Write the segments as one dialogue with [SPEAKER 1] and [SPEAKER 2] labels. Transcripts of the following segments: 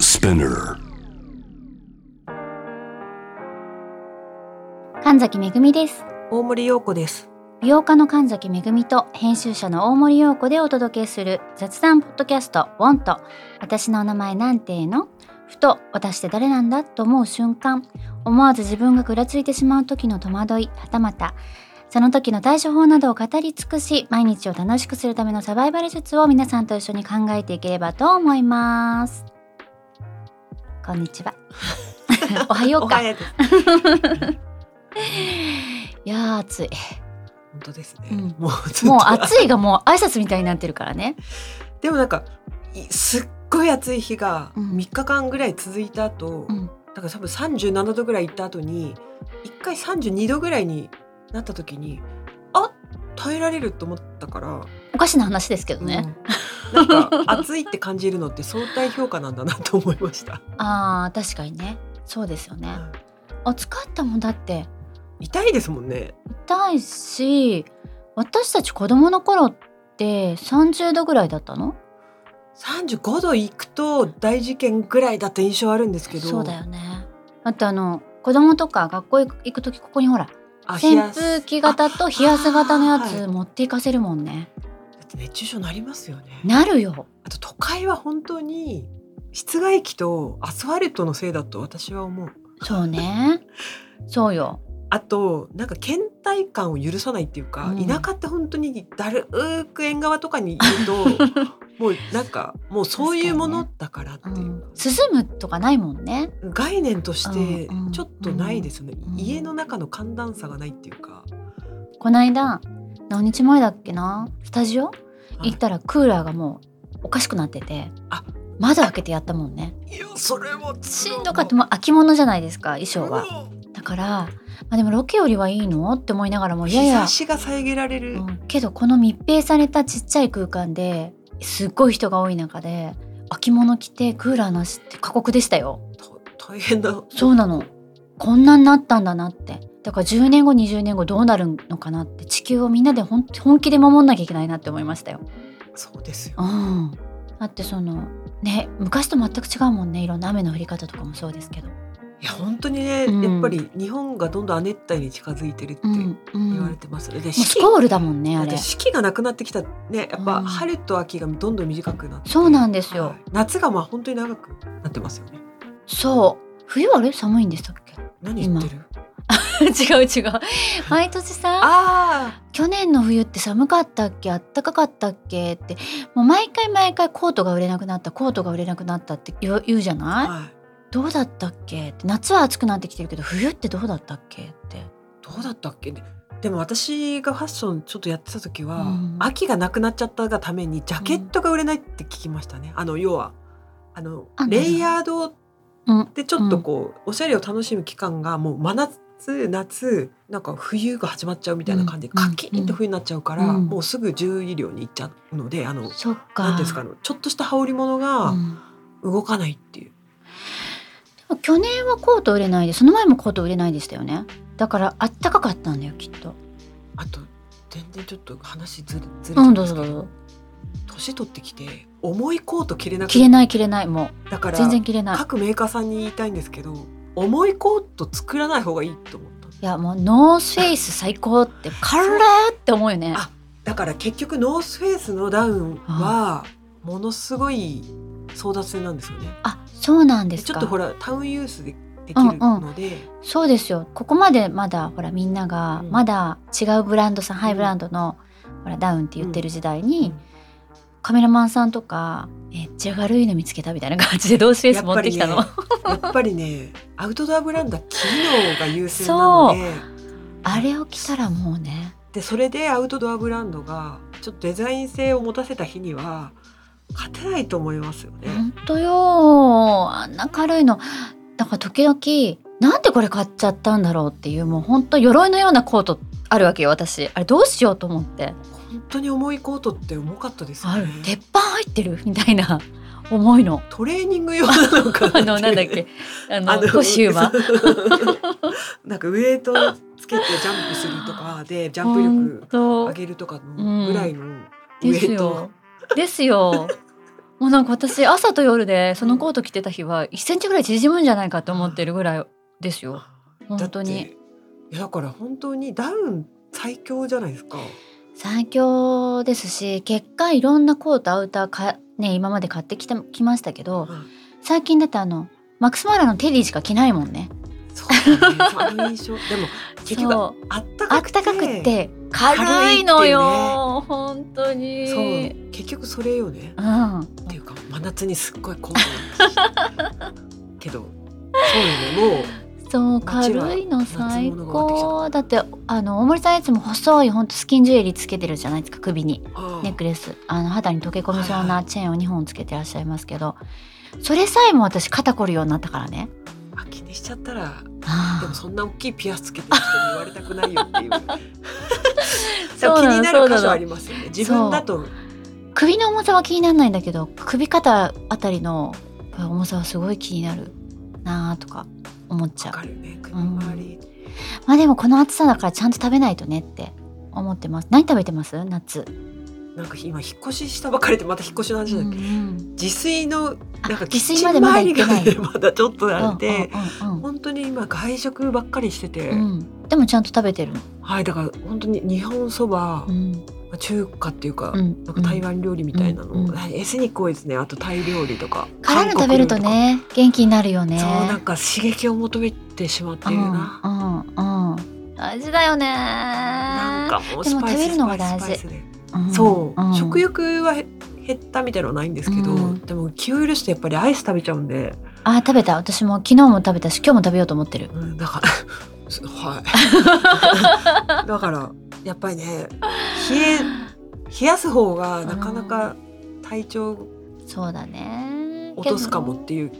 [SPEAKER 1] Spinner.
[SPEAKER 2] 神崎めぐみです
[SPEAKER 3] 大森洋子です。
[SPEAKER 2] 美容家の神崎めぐみと編集者の大森洋子でお届けする雑談ポッドキャスト「ウォント私のお名前なんての?」ふと私って誰なんだと思う瞬間思わず自分がぐらついてしまう時の戸惑いはたまたその時の対処法などを語り尽くし毎日を楽しくするためのサバイバル術を皆さんと一緒に考えていければと思いますこんにちは おはようかい
[SPEAKER 3] よう。
[SPEAKER 2] やー暑い
[SPEAKER 3] 本当ですね。
[SPEAKER 2] うん
[SPEAKER 3] もうずっと
[SPEAKER 2] もう暑いがもう挨拶みたいになってるからね
[SPEAKER 3] でもなんかいすっごい暑い日が
[SPEAKER 2] うん
[SPEAKER 3] 3日間ぐらい続いた後、
[SPEAKER 2] うん
[SPEAKER 3] だから多分37度ぐらい行った後に一回32度ぐらいになった時にあ耐えられると思ったから、
[SPEAKER 2] おかしな話ですけどね、
[SPEAKER 3] うんなんか暑いって感じるのって相対評価なんだなと思いました。
[SPEAKER 2] あー確かにねそうですよね暑かったもんだって
[SPEAKER 3] 痛いですもんね。
[SPEAKER 2] 痛いし私たち子供の頃って30度ぐらいだったの
[SPEAKER 3] 35度行くと大事件ぐらいだった印象あるんですけど。
[SPEAKER 2] そうだよねあとあの子供とか学校行く行く時ここにほら
[SPEAKER 3] あ。冷や
[SPEAKER 2] 扇
[SPEAKER 3] す
[SPEAKER 2] 風機型と冷やす型のや
[SPEAKER 3] あは
[SPEAKER 2] つ
[SPEAKER 3] い
[SPEAKER 2] 持っていかせるもんね、
[SPEAKER 3] だって熱中症なりますよね。
[SPEAKER 2] なるよ
[SPEAKER 3] あと都会は本当に室外機とアスファルトのせいだと私は思う。
[SPEAKER 2] そう ねそうよ
[SPEAKER 3] あとなんか倦怠感を許さないっていうか、
[SPEAKER 2] うん
[SPEAKER 3] 田舎って本当にだるーく縁側とかにいる ともうなんかもうそういうものだからって
[SPEAKER 2] う
[SPEAKER 3] い
[SPEAKER 2] ん
[SPEAKER 3] う、
[SPEAKER 2] 涼むとかないもんね
[SPEAKER 3] 概念として
[SPEAKER 2] うんうん
[SPEAKER 3] ちょっとないですよね、
[SPEAKER 2] ん
[SPEAKER 3] 家の中の寒暖差がないっていうか、
[SPEAKER 2] こないだ何日前だっけなスタジオ
[SPEAKER 3] はい
[SPEAKER 2] 行ったらクーラーがもうおかしくなってて
[SPEAKER 3] あ
[SPEAKER 2] 窓開けてやったもんね
[SPEAKER 3] いやそれも
[SPEAKER 2] しんどかったもう秋物じゃないですか衣装は
[SPEAKER 3] う
[SPEAKER 2] だから、まあ、でもロケよりはいいのって思いながらも
[SPEAKER 3] ん
[SPEAKER 2] いやい
[SPEAKER 3] 日
[SPEAKER 2] や
[SPEAKER 3] 差、しが遮られ
[SPEAKER 2] う
[SPEAKER 3] る、
[SPEAKER 2] んけどこの密閉されたちっちゃい空間ですっごい人が多い中で秋物着てクーラーなしって過酷でしたよ
[SPEAKER 3] と大変だ
[SPEAKER 2] そうなのこんなになったんだなってだから10年後20年後どうなるのかなって地球をみんなでほん本気で守んなきゃいけないなって思いましたよ
[SPEAKER 3] そうですよ
[SPEAKER 2] うん、だってそのね昔と全く違うもんねいろんな雨の降り方とかもそうですけど、
[SPEAKER 3] いや本当にね、
[SPEAKER 2] うん
[SPEAKER 3] やっぱり日本がどんどん亜熱帯に近づいてるって
[SPEAKER 2] うんう
[SPEAKER 3] 言われ
[SPEAKER 2] ん、
[SPEAKER 3] てますね。で
[SPEAKER 2] もう
[SPEAKER 3] 四
[SPEAKER 2] ス
[SPEAKER 3] 季
[SPEAKER 2] コールだもんねあ
[SPEAKER 3] だ
[SPEAKER 2] れ
[SPEAKER 3] って四季がなくなってきたねやっ
[SPEAKER 2] う
[SPEAKER 3] ぱ
[SPEAKER 2] ん
[SPEAKER 3] 春と秋がどんどん短くなって、
[SPEAKER 2] そうなんですよ
[SPEAKER 3] はい夏がまあ本当に長くなってますよね。
[SPEAKER 2] そう冬あれ寒いんでしたっけ
[SPEAKER 3] 何言ってる
[SPEAKER 2] 違う違う毎年さ
[SPEAKER 3] あ
[SPEAKER 2] 去年の冬って寒かったっけあったかかったっけってもう毎回毎回コートが売れなくなったコートが売れなくなったって言う言うじゃ
[SPEAKER 3] あ、
[SPEAKER 2] ない
[SPEAKER 3] はい、
[SPEAKER 2] どうだったっけって夏は暑くなってきてるけど冬ってどうだったっけって
[SPEAKER 3] どうだったっけねでも私がファッションちょっとやってた時は、
[SPEAKER 2] うん
[SPEAKER 3] 秋がなくなっちゃったがためにジャケットが売れないって聞きましたね。あの要はあの
[SPEAKER 2] あなるほど
[SPEAKER 3] レイヤード
[SPEAKER 2] うん
[SPEAKER 3] でちょっとこう、おしゃれを楽しむ期間がもう真夏夏なんか冬が始まっちゃうみたいな感じで、
[SPEAKER 2] うん
[SPEAKER 3] カキンと冬になっちゃうから、
[SPEAKER 2] うん
[SPEAKER 3] もうすぐ重衣料に行っちゃうのであの
[SPEAKER 2] そっか
[SPEAKER 3] なんていうんですかあのちょっとした羽織物が
[SPEAKER 2] うん
[SPEAKER 3] 動かないっていう、
[SPEAKER 2] 去年はコート売れないでその前もコート売れないでしたよねだからあったかかったんだよきっと
[SPEAKER 3] あと全然ちょっと話ずれずれちゃ
[SPEAKER 2] う
[SPEAKER 3] うんん
[SPEAKER 2] ど
[SPEAKER 3] で
[SPEAKER 2] う
[SPEAKER 3] す
[SPEAKER 2] ぞ
[SPEAKER 3] け
[SPEAKER 2] どう
[SPEAKER 3] ど、
[SPEAKER 2] ぞ
[SPEAKER 3] 年取ってきて重いコート着れなく
[SPEAKER 2] 着れない着れないも
[SPEAKER 3] だか
[SPEAKER 2] う
[SPEAKER 3] ら
[SPEAKER 2] 全然着れない
[SPEAKER 3] 各メーカーさんに言いたいんですけど重いコート作らない方がいいと思った
[SPEAKER 2] いやもうノースフェイス最高ってカラーって思うよね
[SPEAKER 3] あだから結局ノースフェイスのダウンはものすごい争奪戦なんですよね。
[SPEAKER 2] あそうなんです
[SPEAKER 3] ち
[SPEAKER 2] か
[SPEAKER 3] ょっとほらタウンユースでできるので、
[SPEAKER 2] そうですよここまでまだほらみんなが、
[SPEAKER 3] うん
[SPEAKER 2] まだ違うブランドさん、ハイ
[SPEAKER 3] うん
[SPEAKER 2] ブランドのほらダウンって言ってる時代
[SPEAKER 3] うん
[SPEAKER 2] に、カメラマンさんとかめっちゃ軽いの見つけたみたいな感じでノースフェイ
[SPEAKER 3] や
[SPEAKER 2] ス
[SPEAKER 3] っ
[SPEAKER 2] 持っ
[SPEAKER 3] ぱ
[SPEAKER 2] て
[SPEAKER 3] り
[SPEAKER 2] き
[SPEAKER 3] ね
[SPEAKER 2] たの、
[SPEAKER 3] やっぱりねアウトドアブランドは機能が優先なので
[SPEAKER 2] あれを着たらもうね
[SPEAKER 3] でそれでアウトドアブランドがちょっとデザイン性を持たせた日には勝てないと思いますよね。
[SPEAKER 2] 本当よあんな軽いのだから時々なんでこれ買っちゃったんだろうっていうもう本当鎧のようなコートあるわけよ私あれどうしようと思って
[SPEAKER 3] 本当に重いコートって重かったですよ
[SPEAKER 2] ある
[SPEAKER 3] ね。
[SPEAKER 2] 鉄板入ってるみたいな重 いの
[SPEAKER 3] トレーニング用なのか
[SPEAKER 2] あ
[SPEAKER 3] な
[SPEAKER 2] のなんだっけあのコシューマ
[SPEAKER 3] なんかウエイトつけてジャンプするとかでジャンプ力
[SPEAKER 2] 本当
[SPEAKER 3] 上げるとかのぐらいの
[SPEAKER 2] で
[SPEAKER 3] ウエ
[SPEAKER 2] す
[SPEAKER 3] イト、
[SPEAKER 2] よですよもうなんか私朝と夜でそのコート着てた日は1センチぐらい縮むんじゃないかと思ってるぐらいですよ。本当
[SPEAKER 3] だっ
[SPEAKER 2] に
[SPEAKER 3] ていやだから本当にダウン最強じゃないですか
[SPEAKER 2] 最強ですし結果いろんなコートアウターか、ね、今まで買ってきたきましたけど最近だってあのマックス・マーラのテディしか着ないもんね。
[SPEAKER 3] そうだねその印象でも結局
[SPEAKER 2] そう
[SPEAKER 3] あった
[SPEAKER 2] あ
[SPEAKER 3] か
[SPEAKER 2] っ
[SPEAKER 3] くて
[SPEAKER 2] たかくって軽いのよ
[SPEAKER 3] 軽
[SPEAKER 2] 本当に
[SPEAKER 3] そう結局それよね
[SPEAKER 2] うん
[SPEAKER 3] っていうか真夏にすっごいコート だったしけどそうよねもう
[SPEAKER 2] そう
[SPEAKER 3] 街は
[SPEAKER 2] 軽いの最
[SPEAKER 3] 夏物が上がってきちゃ
[SPEAKER 2] 高だってあの大森さんいつも細いほんとスキンジュエリーつけてるじゃないですか首に
[SPEAKER 3] ああ
[SPEAKER 2] ネックレスあの肌に溶け込みそう
[SPEAKER 3] はいは
[SPEAKER 2] なチェーンを2本つけてらっしゃいますけどそれさえも私肩こるようになったからね
[SPEAKER 3] あ気にしちゃったら
[SPEAKER 2] あ
[SPEAKER 3] で
[SPEAKER 2] あ
[SPEAKER 3] もそんな大きいピアスつけてる人に言われたくないよっていう で
[SPEAKER 2] そ
[SPEAKER 3] も
[SPEAKER 2] う
[SPEAKER 3] 気
[SPEAKER 2] な
[SPEAKER 3] に
[SPEAKER 2] の
[SPEAKER 3] な
[SPEAKER 2] そう
[SPEAKER 3] る
[SPEAKER 2] な
[SPEAKER 3] 箇所あ
[SPEAKER 2] の
[SPEAKER 3] りますよね自分だと
[SPEAKER 2] 首の重さは気にならないんだけど首肩あたりの重さはすごい気になるなあとか思っちゃ
[SPEAKER 3] わ
[SPEAKER 2] う
[SPEAKER 3] かるね首周り、
[SPEAKER 2] まあでもこの暑さだからちゃんと食べないとねって思ってます何食べてます夏、
[SPEAKER 3] なんか今引っ越ししたばかりでまた引っ越しの話
[SPEAKER 2] う
[SPEAKER 3] だけど、
[SPEAKER 2] ん
[SPEAKER 3] 自炊の
[SPEAKER 2] あ
[SPEAKER 3] なんかキッ
[SPEAKER 2] 自炊
[SPEAKER 3] チ
[SPEAKER 2] ま
[SPEAKER 3] ン
[SPEAKER 2] でまだ
[SPEAKER 3] 周り
[SPEAKER 2] 行って
[SPEAKER 3] が
[SPEAKER 2] ない
[SPEAKER 3] ねまだちょっと
[SPEAKER 2] うんうん
[SPEAKER 3] あって、
[SPEAKER 2] うんうん
[SPEAKER 3] 本当に今外食ばっかりしてて、
[SPEAKER 2] うん、でもちゃんと食べてるの。
[SPEAKER 3] はいだから本当に日本そば、
[SPEAKER 2] ん、
[SPEAKER 3] まあ中華っていうか、
[SPEAKER 2] ん
[SPEAKER 3] なんか台湾料理みたいなの、
[SPEAKER 2] うんうん
[SPEAKER 3] はいエスニック多いですねあとタイ料理とか
[SPEAKER 2] 辛いの
[SPEAKER 3] 韓
[SPEAKER 2] 食
[SPEAKER 3] 国
[SPEAKER 2] べ
[SPEAKER 3] 料
[SPEAKER 2] る
[SPEAKER 3] 理
[SPEAKER 2] と
[SPEAKER 3] か
[SPEAKER 2] ね、元気になるよね。
[SPEAKER 3] そうなんか刺激を求めてしまってるな、
[SPEAKER 2] うん、うん、うん、大事だよね。
[SPEAKER 3] なんかもう
[SPEAKER 2] で
[SPEAKER 3] ス
[SPEAKER 2] も
[SPEAKER 3] パ
[SPEAKER 2] 食べ
[SPEAKER 3] イス
[SPEAKER 2] る
[SPEAKER 3] ス
[SPEAKER 2] の
[SPEAKER 3] パ
[SPEAKER 2] が
[SPEAKER 3] イス
[SPEAKER 2] 大
[SPEAKER 3] ス
[SPEAKER 2] 事
[SPEAKER 3] パイスで
[SPEAKER 2] うん、
[SPEAKER 3] そう、
[SPEAKER 2] ん
[SPEAKER 3] 食。欲はへ減ったみたいなのはないんですけど、
[SPEAKER 2] うん
[SPEAKER 3] でも気を許してやっぱりアイス食べちゃうんで、
[SPEAKER 2] あ、食べた、私も昨日も食べたし、今日も食べようと思ってる。
[SPEAKER 3] うん、だから す はいだからやっぱりね冷え冷やす方がなかなか体調
[SPEAKER 2] そうだね。
[SPEAKER 3] 落とすかもっていう、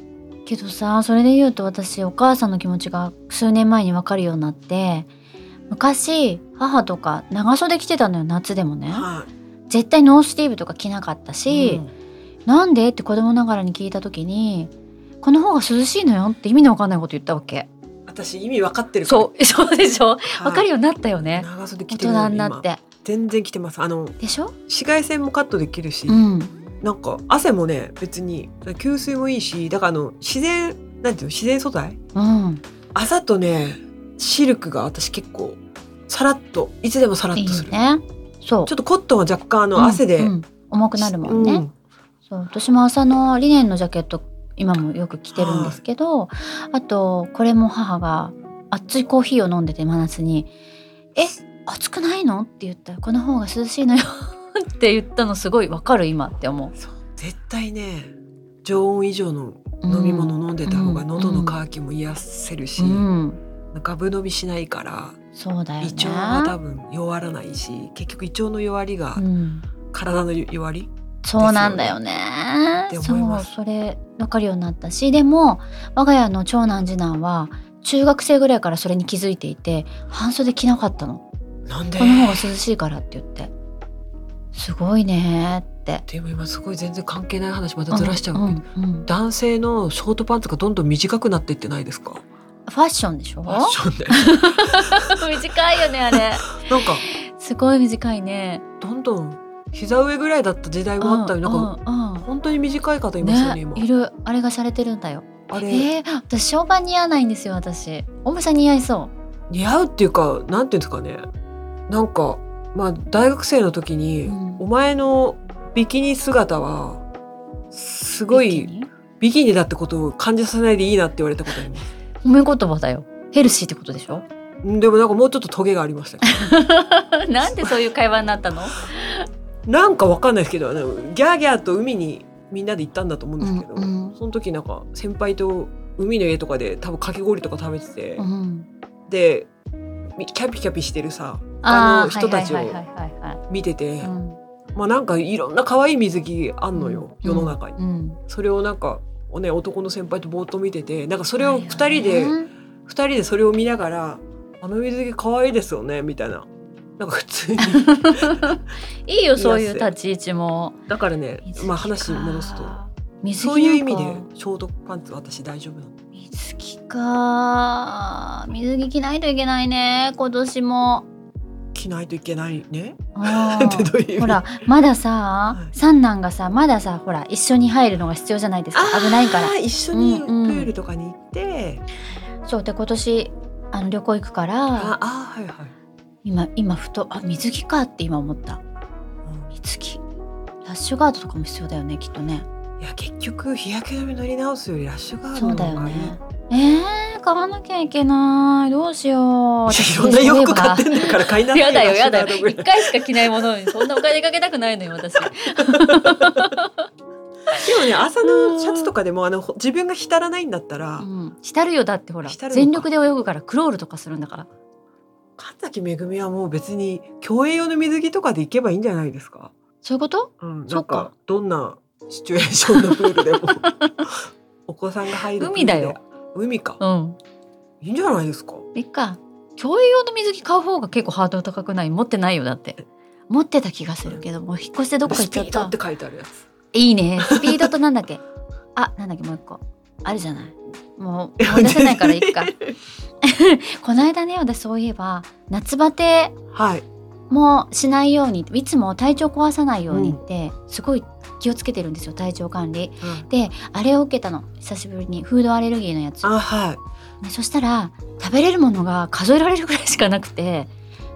[SPEAKER 2] けどさそれで言うと私お母さんの気持ちが数年前に分かるようになって昔母とか長袖着てたのよ夏でもね
[SPEAKER 3] は
[SPEAKER 2] 絶対ノースリーブとか着なかった
[SPEAKER 3] い
[SPEAKER 2] し、
[SPEAKER 3] うん
[SPEAKER 2] なんでって子供ながらに聞いた時にこの方が涼しいのよって意味のわかんないこと言ったわけ
[SPEAKER 3] 私意味わかってるから
[SPEAKER 2] そう そうでしょ
[SPEAKER 3] はい
[SPEAKER 2] わかるようになったよね
[SPEAKER 3] 長袖着
[SPEAKER 2] 大
[SPEAKER 3] てるの
[SPEAKER 2] 人
[SPEAKER 3] に
[SPEAKER 2] にな
[SPEAKER 3] 今
[SPEAKER 2] って
[SPEAKER 3] 全然着てますあの
[SPEAKER 2] でしょ
[SPEAKER 3] 紫外線もカットできるし、
[SPEAKER 2] うん
[SPEAKER 3] なんか汗もね別に吸水もいいしだからあの自然なんていうの自然素材
[SPEAKER 2] うん
[SPEAKER 3] 朝とねシルクが私結構さらっといつでもさらっ
[SPEAKER 2] いい
[SPEAKER 3] とする
[SPEAKER 2] ねそう
[SPEAKER 3] ちょっとコットンは若干あ
[SPEAKER 2] うん
[SPEAKER 3] の汗で、
[SPEAKER 2] うん重くなるもんね、
[SPEAKER 3] うん
[SPEAKER 2] そう私も朝のリネンのジャケット今もよく着てるんですけど、あとこれも母が熱いコーヒーを飲んでて真夏に「え熱くないの?」って言ったら「この方が涼しいのよ」って言ったのすごいわかる今って思
[SPEAKER 3] そう絶対ね常温以上の
[SPEAKER 2] う
[SPEAKER 3] 飲み物飲んでた方が
[SPEAKER 2] うん
[SPEAKER 3] 喉の渇きも癒せるし、
[SPEAKER 2] うん、
[SPEAKER 3] ガブ飲みしないから
[SPEAKER 2] そうだよ
[SPEAKER 3] 胃
[SPEAKER 2] ね
[SPEAKER 3] 腸は多分弱らないし結局胃腸の弱りが
[SPEAKER 2] うん、
[SPEAKER 3] 体の弱り、
[SPEAKER 2] そうなんだよね
[SPEAKER 3] ですよねって思い
[SPEAKER 2] そ
[SPEAKER 3] ま
[SPEAKER 2] う
[SPEAKER 3] す
[SPEAKER 2] それ分かるようになったしでも我が家の長男次男は中学生ぐらいからそれに気づいていて半袖着なかったの。
[SPEAKER 3] なんで
[SPEAKER 2] この方が涼しいからって言ってすごいねーって
[SPEAKER 3] でも今すごい全然関係ない話またずらしちゃうけど、
[SPEAKER 2] んうん
[SPEAKER 3] 男性のショートパンツがどんどん短くなっていってないですか
[SPEAKER 2] ファッションでしょ
[SPEAKER 3] ファッショ ンで
[SPEAKER 2] 短いよねあれ
[SPEAKER 3] なんか
[SPEAKER 2] すごい短いね
[SPEAKER 3] どんどん膝上ぐらいだった時代があったり、
[SPEAKER 2] うん
[SPEAKER 3] なんか
[SPEAKER 2] うん
[SPEAKER 3] 本当に短い方い
[SPEAKER 2] うん
[SPEAKER 3] ますよね
[SPEAKER 2] ね
[SPEAKER 3] 今
[SPEAKER 2] いるあれが洒落てるんだよ
[SPEAKER 3] あれ、
[SPEAKER 2] えー、私商売似合わないんですよ私大森さん似合いそ
[SPEAKER 3] 似合うっていうかなんていうんですかねなんかまあ大学生の時に、
[SPEAKER 2] うん
[SPEAKER 3] お前のビキニ姿はす
[SPEAKER 2] う
[SPEAKER 3] ご
[SPEAKER 2] 一気
[SPEAKER 3] い
[SPEAKER 2] に
[SPEAKER 3] ビキニだってことを感じさせないでいいなって言われたことあります
[SPEAKER 2] 褒め言葉だよヘルシーってことで しょ
[SPEAKER 3] うんでもなんかもうちょっとトゲがありましたけど
[SPEAKER 2] なんでそういう会話になったの
[SPEAKER 3] なんかわかんないですけどあのギャーギャーと海にみんなで行ったんだと思うんですけど、
[SPEAKER 2] うんうん
[SPEAKER 3] その時なんか先輩と海の家とかで多分かき氷とか食べてて、
[SPEAKER 2] うん
[SPEAKER 3] でみキャピキャピしてるさ
[SPEAKER 2] あ
[SPEAKER 3] あ
[SPEAKER 2] ー
[SPEAKER 3] の人たちを
[SPEAKER 2] はいはいはいはいは
[SPEAKER 3] 見てて、
[SPEAKER 2] いうん
[SPEAKER 3] まあなんかいろんな可愛い水着あんのよ、
[SPEAKER 2] うん
[SPEAKER 3] 世の中に。
[SPEAKER 2] うん
[SPEAKER 3] それをなんかおね男の先輩とぼーっと見ててなんかそれを2人
[SPEAKER 2] だ
[SPEAKER 3] で、
[SPEAKER 2] よ
[SPEAKER 3] 2
[SPEAKER 2] ね
[SPEAKER 3] 人でそれを見ながら「あの水着可愛いですよね」みたいななんか普通 に
[SPEAKER 2] いいよそういう立ち位置も。
[SPEAKER 3] だからね、まあ、話戻すと
[SPEAKER 2] 水着か
[SPEAKER 3] そういう意味でショートパンツ私大丈夫なの
[SPEAKER 2] 水着か水着着ないといけないね今年も
[SPEAKER 3] 着ないといけないね
[SPEAKER 2] あ
[SPEAKER 3] って
[SPEAKER 2] ー
[SPEAKER 3] どういう意味
[SPEAKER 2] ほらまださ、
[SPEAKER 3] はい
[SPEAKER 2] 三男がさまださほら一緒に入るのが必要じゃないですか危ないから
[SPEAKER 3] あー一緒にプ
[SPEAKER 2] うんうん
[SPEAKER 3] ールとかに行って、
[SPEAKER 2] そうで今年あの旅行行くか
[SPEAKER 3] あ
[SPEAKER 2] ら
[SPEAKER 3] あーはいはい、
[SPEAKER 2] 今今ふとあ水着かって今思った水着ラッシュガードとかも必要だよねきっとね
[SPEAKER 3] うんいや結局日焼け止め塗り直すよりラッシュガード
[SPEAKER 2] そう
[SPEAKER 3] の
[SPEAKER 2] だ
[SPEAKER 3] 方
[SPEAKER 2] よ
[SPEAKER 3] がいい、
[SPEAKER 2] ねえー、買わなきゃいけないどうしよう
[SPEAKER 3] いろんな洋服買ってんだから買いなさい
[SPEAKER 2] やだよやだ
[SPEAKER 3] ラッシュガード
[SPEAKER 2] よ
[SPEAKER 3] ぐらい
[SPEAKER 2] 一回しか着ないものにそんなお金かけたくないのよ 私
[SPEAKER 3] でもね朝のシャツとかでもあのほ自分が浸らないんだったら、
[SPEAKER 2] うん浸るよだってほら
[SPEAKER 3] 浸るのか
[SPEAKER 2] 全力で泳ぐからクロールとかするんだから
[SPEAKER 3] 神崎めぐみはもう別に競泳用の水着とかで行けばいいんじゃないですか、
[SPEAKER 2] そういうこと
[SPEAKER 3] うん、
[SPEAKER 2] そ
[SPEAKER 3] な
[SPEAKER 2] っ
[SPEAKER 3] ん
[SPEAKER 2] か
[SPEAKER 3] かどんなシチュエーションのプール でもお子さんが入るプールで
[SPEAKER 2] 海だよ
[SPEAKER 3] 海か、
[SPEAKER 2] うん
[SPEAKER 3] いいんじゃないですか
[SPEAKER 2] いっか競泳用の水着買う方が結構ハードル高くない持ってないよだって持ってた気がするけどもう引っ越してどっか行っ
[SPEAKER 3] ス
[SPEAKER 2] ち
[SPEAKER 3] ピ
[SPEAKER 2] ゃっ
[SPEAKER 3] ードったて書いてあるやつ
[SPEAKER 2] いいねスピードとなんだっ けあなんだっけもう一個あるじゃないもう
[SPEAKER 3] いや
[SPEAKER 2] 思い出せないからいっか
[SPEAKER 3] 全
[SPEAKER 2] この間ね私そういえば夏バテ
[SPEAKER 3] はい
[SPEAKER 2] もしないようにいつも体調壊さないようにって、すごい気をつけてるんですよ体調管理であれを受けたの久しぶりにフードアレルギーのやつ
[SPEAKER 3] あはい
[SPEAKER 2] ねそしたら食べれるものが数えられるぐらいしかなくて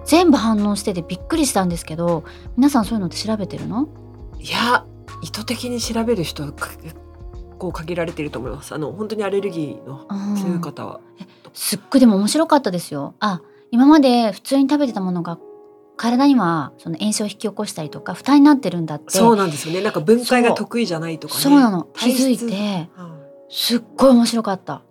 [SPEAKER 2] 全部反応しててびっくりしたんですけど皆さんそういうのって調べてるの
[SPEAKER 3] いや意図的に調べる人はかこう限られてると思いますあの本当にアレルギーの
[SPEAKER 2] うん
[SPEAKER 3] 強い方は、
[SPEAKER 2] すっごいでも面白かったですよあ今まで普通に食べてたものが体にはその炎症を引き起こしたりとか負担になってるんだって
[SPEAKER 3] そうなんですよねなんか分解が
[SPEAKER 2] そう
[SPEAKER 3] 得意じゃないとかね
[SPEAKER 2] そうなの気
[SPEAKER 3] 体質
[SPEAKER 2] づいて
[SPEAKER 3] うん
[SPEAKER 2] すっごい面白かった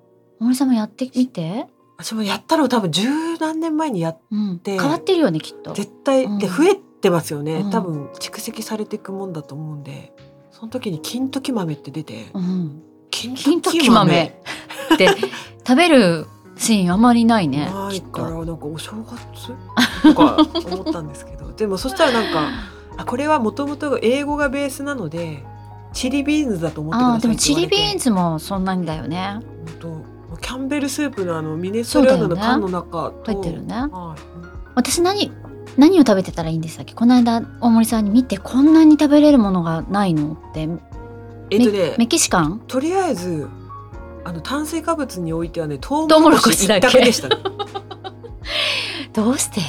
[SPEAKER 2] 大森さんもやってみて、
[SPEAKER 3] 私もやったの多分十何年前にやっ
[SPEAKER 2] うん、変
[SPEAKER 3] で
[SPEAKER 2] わってるよねきっと
[SPEAKER 3] 絶対、
[SPEAKER 2] うん
[SPEAKER 3] で増えてますよね、
[SPEAKER 2] うん
[SPEAKER 3] 多分蓄積されていくもんだと思うんでその時に金時豆って出て
[SPEAKER 2] うん
[SPEAKER 3] 金
[SPEAKER 2] 金時豆って食べるシーンあまりないね
[SPEAKER 3] な
[SPEAKER 2] き
[SPEAKER 3] い
[SPEAKER 2] っ
[SPEAKER 3] から
[SPEAKER 2] と。
[SPEAKER 3] なんかお正月とか思ったんですけ どでもそしたらなんかあこれはもともと英語がベースなのでチリビーンズだと思ってくだ
[SPEAKER 2] あ
[SPEAKER 3] さ
[SPEAKER 2] あ
[SPEAKER 3] い
[SPEAKER 2] でもチリビーン
[SPEAKER 3] ズ
[SPEAKER 2] ズもそんなにだよね
[SPEAKER 3] キャンベルスープのあのミネストレーナの缶の中と、
[SPEAKER 2] 入ってるね
[SPEAKER 3] はい
[SPEAKER 2] 私何何を食べてたらいいんでしたっけこの間大森さんに見てこんなに食べれるものがないのって
[SPEAKER 3] えっとね
[SPEAKER 2] メキシカン
[SPEAKER 3] とりあえずあの炭水化物においてはねトウ
[SPEAKER 2] トウ
[SPEAKER 3] モ
[SPEAKER 2] モ
[SPEAKER 3] ロ
[SPEAKER 2] ロ
[SPEAKER 3] コ
[SPEAKER 2] コ
[SPEAKER 3] シ
[SPEAKER 2] シ
[SPEAKER 3] 一
[SPEAKER 2] だけ
[SPEAKER 3] 択でしたね
[SPEAKER 2] どうして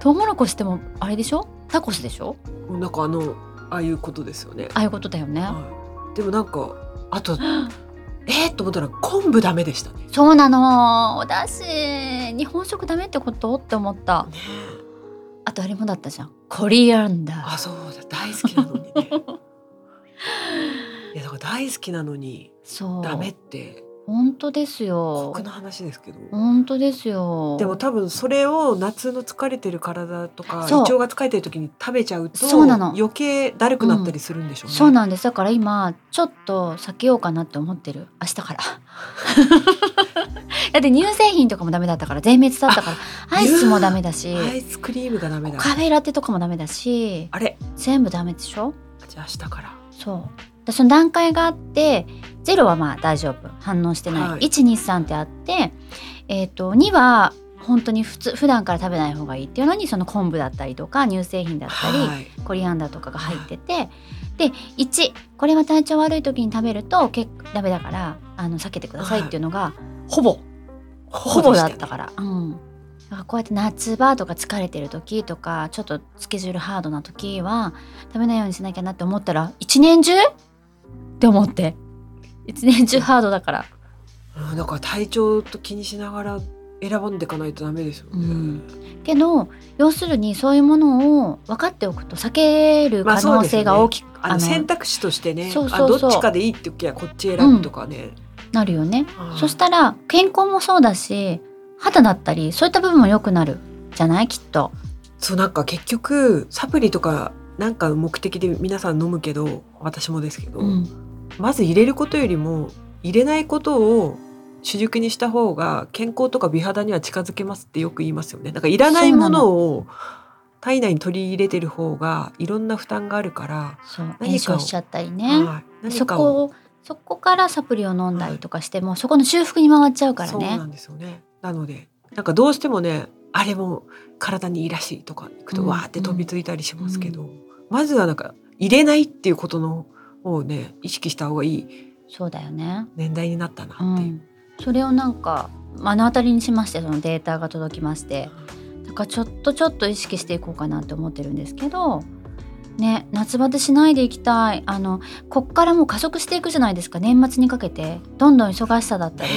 [SPEAKER 2] トウモロコシってもあれでしょタコスでしょ
[SPEAKER 3] もうなんかあのああいうことですよね。
[SPEAKER 2] ああいうことだよね
[SPEAKER 3] はい、でもなんかあとえー、と思ったら昆布ダメでしたね。
[SPEAKER 2] そうなのおだし日本食ダメってことって思った
[SPEAKER 3] ねえ
[SPEAKER 2] あとあれもだったじゃんコリアンダー
[SPEAKER 3] あそうだ大好きなの にね。いやだから大好きなのに
[SPEAKER 2] そう
[SPEAKER 3] ダメって
[SPEAKER 2] 本当ですよ
[SPEAKER 3] 酷な話ですけど。
[SPEAKER 2] 本当ですよ
[SPEAKER 3] でも多分それを夏の疲れてる体とか胃
[SPEAKER 2] そう
[SPEAKER 3] 腸が疲れてる時に食べちゃうと
[SPEAKER 2] そうなの
[SPEAKER 3] 余計だるくなったりするんでしょうね。
[SPEAKER 2] そうなんですだから今ちょっと避けようかなって思ってる明日から だって乳製品とかもダメだったから全滅だったからアイスもダメだし、
[SPEAKER 3] アイスクリームがダメだ。
[SPEAKER 2] カフェラテとかもダメだし
[SPEAKER 3] あれ
[SPEAKER 2] 全部ダメでしょ
[SPEAKER 3] じゃあ明日から。
[SPEAKER 2] そうでその段階があって0はまあ大丈夫反応してない、
[SPEAKER 3] はい
[SPEAKER 2] 123ってあって、えー、と2は本当に普通普段から食べない方がいいっていうのにその昆布だったりとか乳製品だったり、
[SPEAKER 3] はい。
[SPEAKER 2] コリアンダーとかが入っててで1これは体調悪い時に食べるとけダメだからあの避けてくださいっていうのがほぼほぼだったから、うん、だからこうやって夏場とか疲れてる時とかちょっとスケジュールハードな時は食べないようにしなきゃなって思ったら一年中って思って一年中ハードだから
[SPEAKER 3] うんだから体調と気にしながら選ばんでいかないとダメですよね。
[SPEAKER 2] うんけど要するにそういうものを分かっておくと避ける可能性が大きく、
[SPEAKER 3] あの選択肢としてね
[SPEAKER 2] そうそうそう
[SPEAKER 3] あどっちかでいいって時はこっち選ぶとかね、
[SPEAKER 2] なるよね。
[SPEAKER 3] はい
[SPEAKER 2] そしたら健康もそうだし肌だったりそういった部分も良くなるじゃないきっと。
[SPEAKER 3] そうなんか結局サプリとかなんか目的で皆さん飲むけど私もですけど、
[SPEAKER 2] うん、
[SPEAKER 3] まず入れることよりも入れないことを主軸にした方が健康とか美肌には近づけますってよく言いますよね。なんかいらないものを体内に取り入れてる方がいろんな負担があるから、
[SPEAKER 2] そう
[SPEAKER 3] を
[SPEAKER 2] 炎症しちゃったりね。
[SPEAKER 3] はい
[SPEAKER 2] そ
[SPEAKER 3] 何かを
[SPEAKER 2] こをそこからサプリを飲んだりとかしても、そこの修復に回っちゃうから
[SPEAKER 3] そうな
[SPEAKER 2] ね。
[SPEAKER 3] んですよねなのでなんかどうしてもねあれも体にいいらしいとか行く
[SPEAKER 2] う
[SPEAKER 3] と
[SPEAKER 2] ん
[SPEAKER 3] わーって飛びついたりしますけど、まずはなんか入れないっていうことのをね意識した方がいい
[SPEAKER 2] そうだよね。
[SPEAKER 3] 年代になったな
[SPEAKER 2] う
[SPEAKER 3] っていう。
[SPEAKER 2] ん、それをなんか目の当たりにしましてそのデータが届きましてだからちょっとちょっと意識していこうかなって思ってるんですけど、ね、夏バテしないでいきたいあのこっからもう加速していくじゃないですか年末にかけてどんどん忙しさだったり
[SPEAKER 3] ね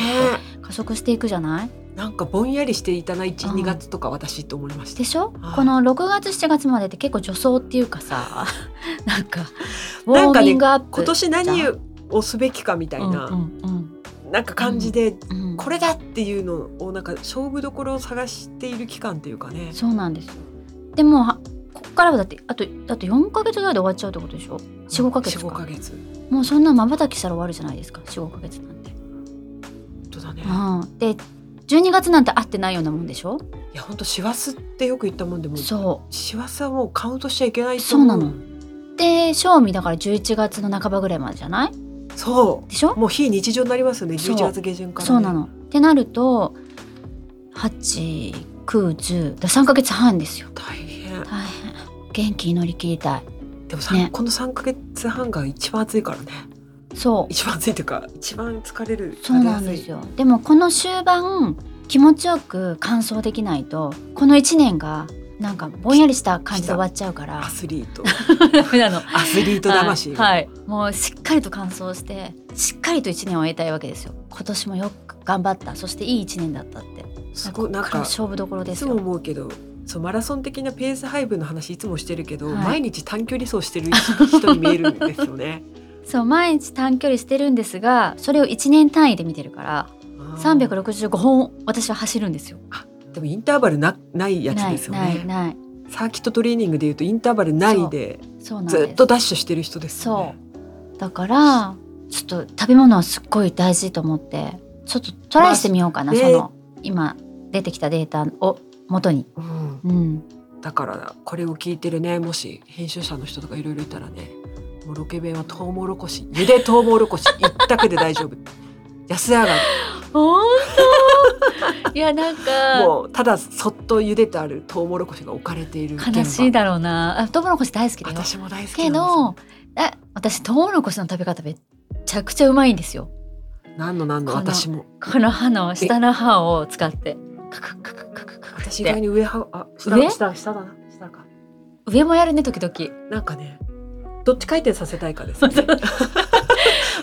[SPEAKER 2] って加速していくじゃない
[SPEAKER 3] えなんかぼんやりしていたな
[SPEAKER 2] う
[SPEAKER 3] 12
[SPEAKER 2] ん、
[SPEAKER 3] 2月とか私と思いました
[SPEAKER 2] で。しょ
[SPEAKER 3] はい
[SPEAKER 2] この6月7月までって結構助走っていうかさ なんかウォ
[SPEAKER 3] なん
[SPEAKER 2] ー
[SPEAKER 3] かね
[SPEAKER 2] ミングアップ
[SPEAKER 3] 今年何をすべきかみたいな、
[SPEAKER 2] うんうん
[SPEAKER 3] なんか感じで、
[SPEAKER 2] うんうん
[SPEAKER 3] これだっていうのをなんか勝負どころを探している期間というかね
[SPEAKER 2] そうなんですよでもはこっからはだってあとだって4ヶ月ぐらいで終わっちゃうってことでしょ45ヶ月
[SPEAKER 3] 4-5
[SPEAKER 2] か
[SPEAKER 3] ヶ月
[SPEAKER 2] もうそんなまばたきしたら終わるじゃないですか45ヶ月なんて、
[SPEAKER 3] 本当だね、
[SPEAKER 2] うん、で12月なんて会ってないようなもんでしょ
[SPEAKER 3] いや本当師走ってよく言ったもんでも
[SPEAKER 2] そ
[SPEAKER 3] 師走はもうカウントしちゃいけないと
[SPEAKER 2] そう
[SPEAKER 3] 思う
[SPEAKER 2] なのうで賞味だから11月の半ばぐらいまでじゃない
[SPEAKER 3] そ
[SPEAKER 2] でしょ
[SPEAKER 3] うもう非日常になりますよね
[SPEAKER 2] そう
[SPEAKER 3] 11月下旬から、ね、
[SPEAKER 2] そうなのってなると8910だ3ヶ月半ですよ
[SPEAKER 3] 大変
[SPEAKER 2] 大変元気に乗り切りたい
[SPEAKER 3] でもさ、
[SPEAKER 2] ね
[SPEAKER 3] この3ヶ月半が一番暑いからね
[SPEAKER 2] そう
[SPEAKER 3] 一番暑いというか一番疲れる
[SPEAKER 2] そうなんですよでもこの終盤気持ちよく完走できないとこの1年がなんかぼんやりした感じで終わっちゃうか
[SPEAKER 3] ア
[SPEAKER 2] ら
[SPEAKER 3] スリー ト
[SPEAKER 2] ダメなの
[SPEAKER 3] アスリート魂、
[SPEAKER 2] はい、はいもうしっかりと完走してしっかりと1年を終えたいわけですよ今年もよく頑張ったそしていい1年だったって
[SPEAKER 3] すごいなん
[SPEAKER 2] こっら
[SPEAKER 3] か
[SPEAKER 2] 勝負どころ
[SPEAKER 3] い
[SPEAKER 2] です
[SPEAKER 3] つも
[SPEAKER 2] よ
[SPEAKER 3] 思うけどそうマラソン的なペース配分の話いつもしてるけど、
[SPEAKER 2] はい
[SPEAKER 3] 毎日短距離走してる人に見えるんですよ ね。
[SPEAKER 2] そう毎日短距離してるんですがそれを1年単位で見てるから
[SPEAKER 3] あー
[SPEAKER 2] 365本私は走るんですよ
[SPEAKER 3] でもインターバルなないやつ
[SPEAKER 2] ない
[SPEAKER 3] ですよ
[SPEAKER 2] ない
[SPEAKER 3] ね。
[SPEAKER 2] ない
[SPEAKER 3] サーキットトレーニングでいうとインターバルないで
[SPEAKER 2] そうなんです
[SPEAKER 3] ずっとダッシュしてる人ですよね。
[SPEAKER 2] だからちょっと食べ物はすっごい大事と思ってちょっとトライしてみようかな、
[SPEAKER 3] まあ
[SPEAKER 2] そ
[SPEAKER 3] ね
[SPEAKER 2] の今出てきたデータを元に、
[SPEAKER 3] うん
[SPEAKER 2] うん、
[SPEAKER 3] だからこれを聞いてるねもし編集者の人とかいろいろいたらねもうロケ弁はトウモロコシゆでトウモロコシ一択で大丈夫 安上が
[SPEAKER 2] 本当 いやなんか
[SPEAKER 3] りもうただそっとゆでてあるトウモロコシが置かれている現場
[SPEAKER 2] 悲しいだろうなあトウモロコシ大好きだよ
[SPEAKER 3] 私も大好き
[SPEAKER 2] け
[SPEAKER 3] なん
[SPEAKER 2] どあ私トウモロコシの食べ方めちゃくちゃうまいんですよ
[SPEAKER 3] です何の何の
[SPEAKER 2] この
[SPEAKER 3] 私も
[SPEAKER 2] この歯の下の歯を使ってカクカクカクカクっ
[SPEAKER 3] 私意外
[SPEAKER 2] て
[SPEAKER 3] に上はあ下
[SPEAKER 2] 上
[SPEAKER 3] 下下だな下か
[SPEAKER 2] 上もやるね時々
[SPEAKER 3] なんかねどっち回転させたいかですね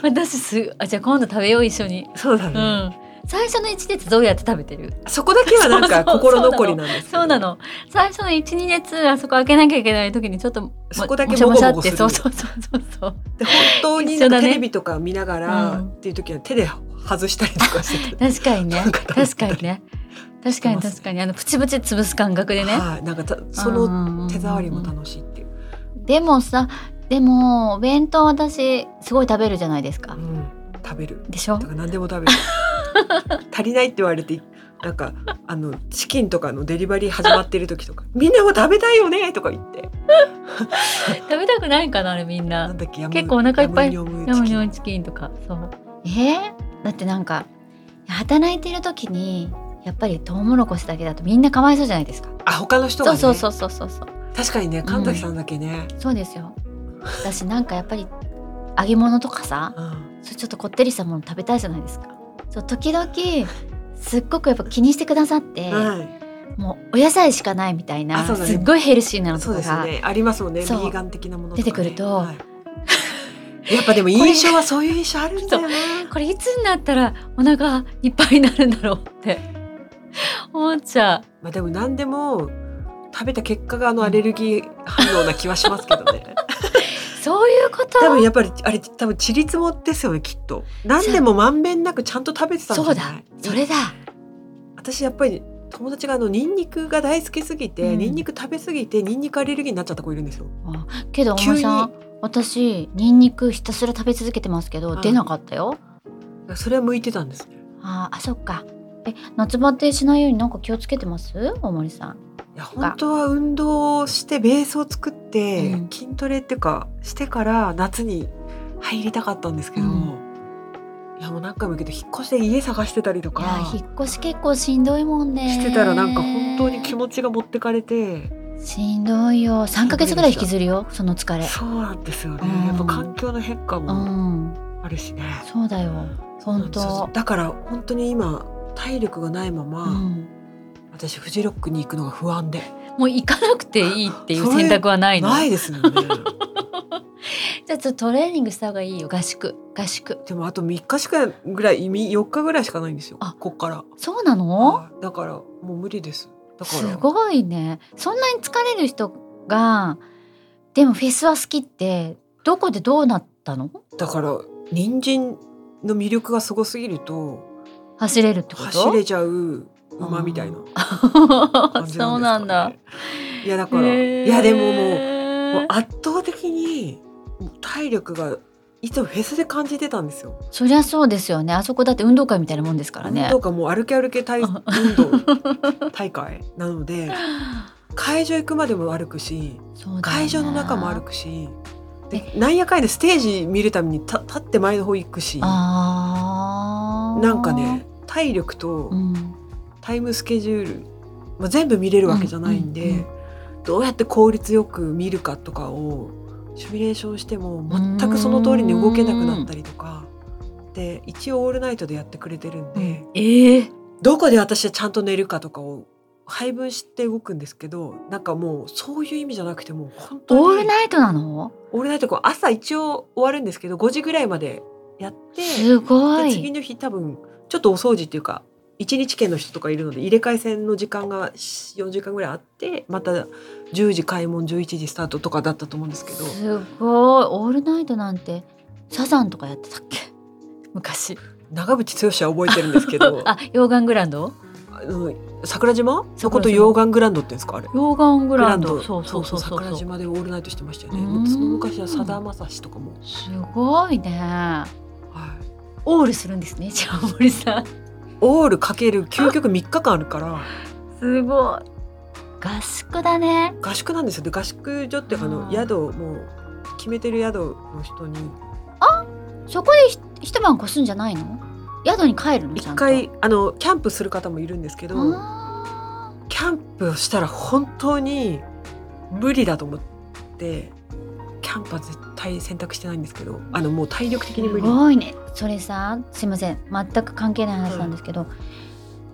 [SPEAKER 2] 私すあじゃあ今度食べよう一緒に
[SPEAKER 3] そうだ
[SPEAKER 2] う
[SPEAKER 3] ね、
[SPEAKER 2] ん最初の1列どうやって食べてる
[SPEAKER 3] そこだけはなん
[SPEAKER 2] そ
[SPEAKER 3] か
[SPEAKER 2] うそう
[SPEAKER 3] 心残りなんですけど
[SPEAKER 2] そうなの最初の12列あそこ開けなきゃいけない時にちょっとも
[SPEAKER 3] そこだけ
[SPEAKER 2] もしゃもしゃっ
[SPEAKER 3] もごもごす
[SPEAKER 2] て
[SPEAKER 3] る
[SPEAKER 2] そうそうそうそうそう
[SPEAKER 3] で本当に
[SPEAKER 2] 一緒だね
[SPEAKER 3] テレビとか見ながら
[SPEAKER 2] うん
[SPEAKER 3] っていう時は手で外したりとかしてて
[SPEAKER 2] 確かにね
[SPEAKER 3] なんか
[SPEAKER 2] 確かにね確かに確かにあのプチプチ潰す感覚で ね
[SPEAKER 3] はい、なんかたその
[SPEAKER 2] の
[SPEAKER 3] 手触りも楽しいっていう。
[SPEAKER 2] でもさでもお弁当私すごい食べるじゃないですか
[SPEAKER 3] うん食べる。
[SPEAKER 2] でしょ
[SPEAKER 3] だから何でも食べる。 足りないって言われて、なんかあのチキンとかのデリバリー始まってる時とか、みんなも食べたいよねとか言って、
[SPEAKER 2] 食べたくないかなあれみん
[SPEAKER 3] な
[SPEAKER 2] なん
[SPEAKER 3] だっけ
[SPEAKER 2] 結構お腹いっぱい
[SPEAKER 3] ヤムニ
[SPEAKER 2] ヤ
[SPEAKER 3] ョム
[SPEAKER 2] ム
[SPEAKER 3] チキ
[SPEAKER 2] ニ
[SPEAKER 3] ン
[SPEAKER 2] ョムチキンとかそうえー、だってなんか働いてる時にやっぱりトウモロコシだけだとみんなかわいそうじゃないですか
[SPEAKER 3] あ他の人が
[SPEAKER 2] そう
[SPEAKER 3] ね。
[SPEAKER 2] そうそうそうそうそう
[SPEAKER 3] 確かにね、神崎さんだけね。
[SPEAKER 2] そうですよ。私なんかやっぱり揚げ物とかさ、
[SPEAKER 3] うん
[SPEAKER 2] そうちょっとこってりしたもの食べたいじゃないですか。そう時々すっごくやっぱ気にしてくださって、
[SPEAKER 3] はい、
[SPEAKER 2] もうお野菜しかないみたいな、
[SPEAKER 3] あそうだね
[SPEAKER 2] すっごいヘルシーなの
[SPEAKER 3] そ
[SPEAKER 2] と
[SPEAKER 3] う
[SPEAKER 2] か
[SPEAKER 3] です
[SPEAKER 2] が、
[SPEAKER 3] ね。ありますもんね。ビ
[SPEAKER 2] そう
[SPEAKER 3] ーガン的なものとかね、
[SPEAKER 2] 出てくると
[SPEAKER 3] はいやっぱでも印象はそういう印象あるんだよね。
[SPEAKER 2] これいつになったらお腹いっぱいになるんだろうって思っちゃ
[SPEAKER 3] まあでも何でも食べた結果があのアレルギー反応な気はしますけどね。
[SPEAKER 2] う。そういうこと。
[SPEAKER 3] 多分やっぱりあれ多分チリツモですよねきっと。何でもまんべんなくちゃんと食べてたんじ
[SPEAKER 2] そう
[SPEAKER 3] ゃ
[SPEAKER 2] だ
[SPEAKER 3] ない。、
[SPEAKER 2] それだ。
[SPEAKER 3] 私やっぱり友達があのニンニクが大好きすぎて、
[SPEAKER 2] うん
[SPEAKER 3] ニンニク食べすぎてニンニクアレルギーになっちゃった子いるんですよ。
[SPEAKER 2] けどお
[SPEAKER 3] 急
[SPEAKER 2] 前
[SPEAKER 3] に
[SPEAKER 2] さん、私ニンニクひたすら食べ続けてますけど、
[SPEAKER 3] うん
[SPEAKER 2] 出なかったよ。
[SPEAKER 3] それは向いてたんですね。
[SPEAKER 2] あーあそっかえ夏バテしないようになんか気をつけてます大森さん
[SPEAKER 3] いや本当は運動をしてベースを作って、
[SPEAKER 2] うん
[SPEAKER 3] 筋トレっていうかしてから夏に入りたかったんですけど、
[SPEAKER 2] うん
[SPEAKER 3] いやもう何回も言うけど引っ越して家探してたりと
[SPEAKER 2] いや
[SPEAKER 3] か
[SPEAKER 2] 引っ越し結構しんどいもんね
[SPEAKER 3] してたらなんか本当に気持ちが持ってかれて、
[SPEAKER 2] しんどいよ3ヶ月ぐらい引きずるよその疲れ
[SPEAKER 3] そうなんですよね、
[SPEAKER 2] うん
[SPEAKER 3] やっぱ環境の変化
[SPEAKER 2] う
[SPEAKER 3] も
[SPEAKER 2] ん
[SPEAKER 3] あるしね、
[SPEAKER 2] そうだよ本
[SPEAKER 3] そうそう
[SPEAKER 2] 当
[SPEAKER 3] だから本当に今体力がないまま、
[SPEAKER 2] うん
[SPEAKER 3] 私フジロックに行くのが不安で
[SPEAKER 2] もう行かなくていいっていう
[SPEAKER 3] それ
[SPEAKER 2] 選択はないの
[SPEAKER 3] ないですよね
[SPEAKER 2] じゃあちょっとトレーニングした方がいいよ合宿合宿
[SPEAKER 3] でもあと3日しかぐらいみ4日ぐらいしかないんですよ
[SPEAKER 2] あ
[SPEAKER 3] こっから
[SPEAKER 2] そうなの
[SPEAKER 3] はいだからもう無理ですだから
[SPEAKER 2] すごいねそんなに疲れる人がでもフェスは好きってどこでどうなったの
[SPEAKER 3] だから人参の魅力がすごすぎると
[SPEAKER 2] 走れるってこと
[SPEAKER 3] 走れちゃう馬みたいな感じ
[SPEAKER 2] そうな
[SPEAKER 3] なん
[SPEAKER 2] ん
[SPEAKER 3] です
[SPEAKER 2] だ
[SPEAKER 3] かね、いやだから、いやでももうもう圧倒的に体力がいつもフェスで感じてたんですよ。
[SPEAKER 2] そりゃそうですよねあそこだって運動会みたいなもんですからね
[SPEAKER 3] 運動かもう歩け歩け体運 動大会なので会場行くまでも歩くし
[SPEAKER 2] そうだよね
[SPEAKER 3] 会場の中も歩くしでなんやかんやでステージ見るためにた立って前の方行くしな
[SPEAKER 2] あー
[SPEAKER 3] んかね体力と
[SPEAKER 2] うん
[SPEAKER 3] タイムスケジュール、まあ、全部見れるわけじゃないんで、
[SPEAKER 2] うんうん
[SPEAKER 3] どうやって効率よく見るかとかをシミュレーションしても全くその通りに動けなくなったりとかで一応オールナイトでやってくれてるんで、
[SPEAKER 2] ええ
[SPEAKER 3] どこで私はちゃんと寝るかとかを配分して動くんですけどなんかもうそういう意味じゃなくてもう本当に
[SPEAKER 2] オールナイトなの
[SPEAKER 3] オールナイトこう朝一応終わるんですけど5時ぐらいまでやって
[SPEAKER 2] すご
[SPEAKER 3] で
[SPEAKER 2] い
[SPEAKER 3] 次の日多分ちょっとお掃除っていうか1日券の人とかいるので入れ替え戦の時間が4時間ぐらいあってまた10時開門11時スタートとかだったと思うんですけど
[SPEAKER 2] すごいオールナイトなんてサザンとかやってたっけ昔
[SPEAKER 3] 長渕剛は覚えてるんです けど
[SPEAKER 2] あ溶岩グランド
[SPEAKER 3] あの桜島のこと
[SPEAKER 2] 桜島
[SPEAKER 3] 溶岩グランドって言うんですかあれ。
[SPEAKER 2] 溶岩グランド
[SPEAKER 3] グ
[SPEAKER 2] そうそうそうそう
[SPEAKER 3] 桜島でオールナイトしてましたよね。
[SPEAKER 2] うーん
[SPEAKER 3] もうその昔はさだまさしとかも、
[SPEAKER 2] すごいね
[SPEAKER 3] はい、
[SPEAKER 2] オールするんですねじゃあ森さん
[SPEAKER 3] オールかける究極3日間あるから
[SPEAKER 2] すごい合宿だね
[SPEAKER 3] 合宿なんですよ。で合宿所っていうかあ
[SPEAKER 2] あ
[SPEAKER 3] の
[SPEAKER 2] ー
[SPEAKER 3] 宿をもう決めてる宿の人に
[SPEAKER 2] そこでひ一晩越すんじゃないの宿に帰るのちゃ
[SPEAKER 3] 一
[SPEAKER 2] んと
[SPEAKER 3] 回あのキャンプする方もいるんですけど、
[SPEAKER 2] あ
[SPEAKER 3] キャンプをしたら本当に無理だと思ってキャンプは絶対選択してないんですけどあのもう体力的
[SPEAKER 2] ー
[SPEAKER 3] に
[SPEAKER 2] す
[SPEAKER 3] 無理
[SPEAKER 2] ごいねそれさすいません全く関係ない話なんですけど、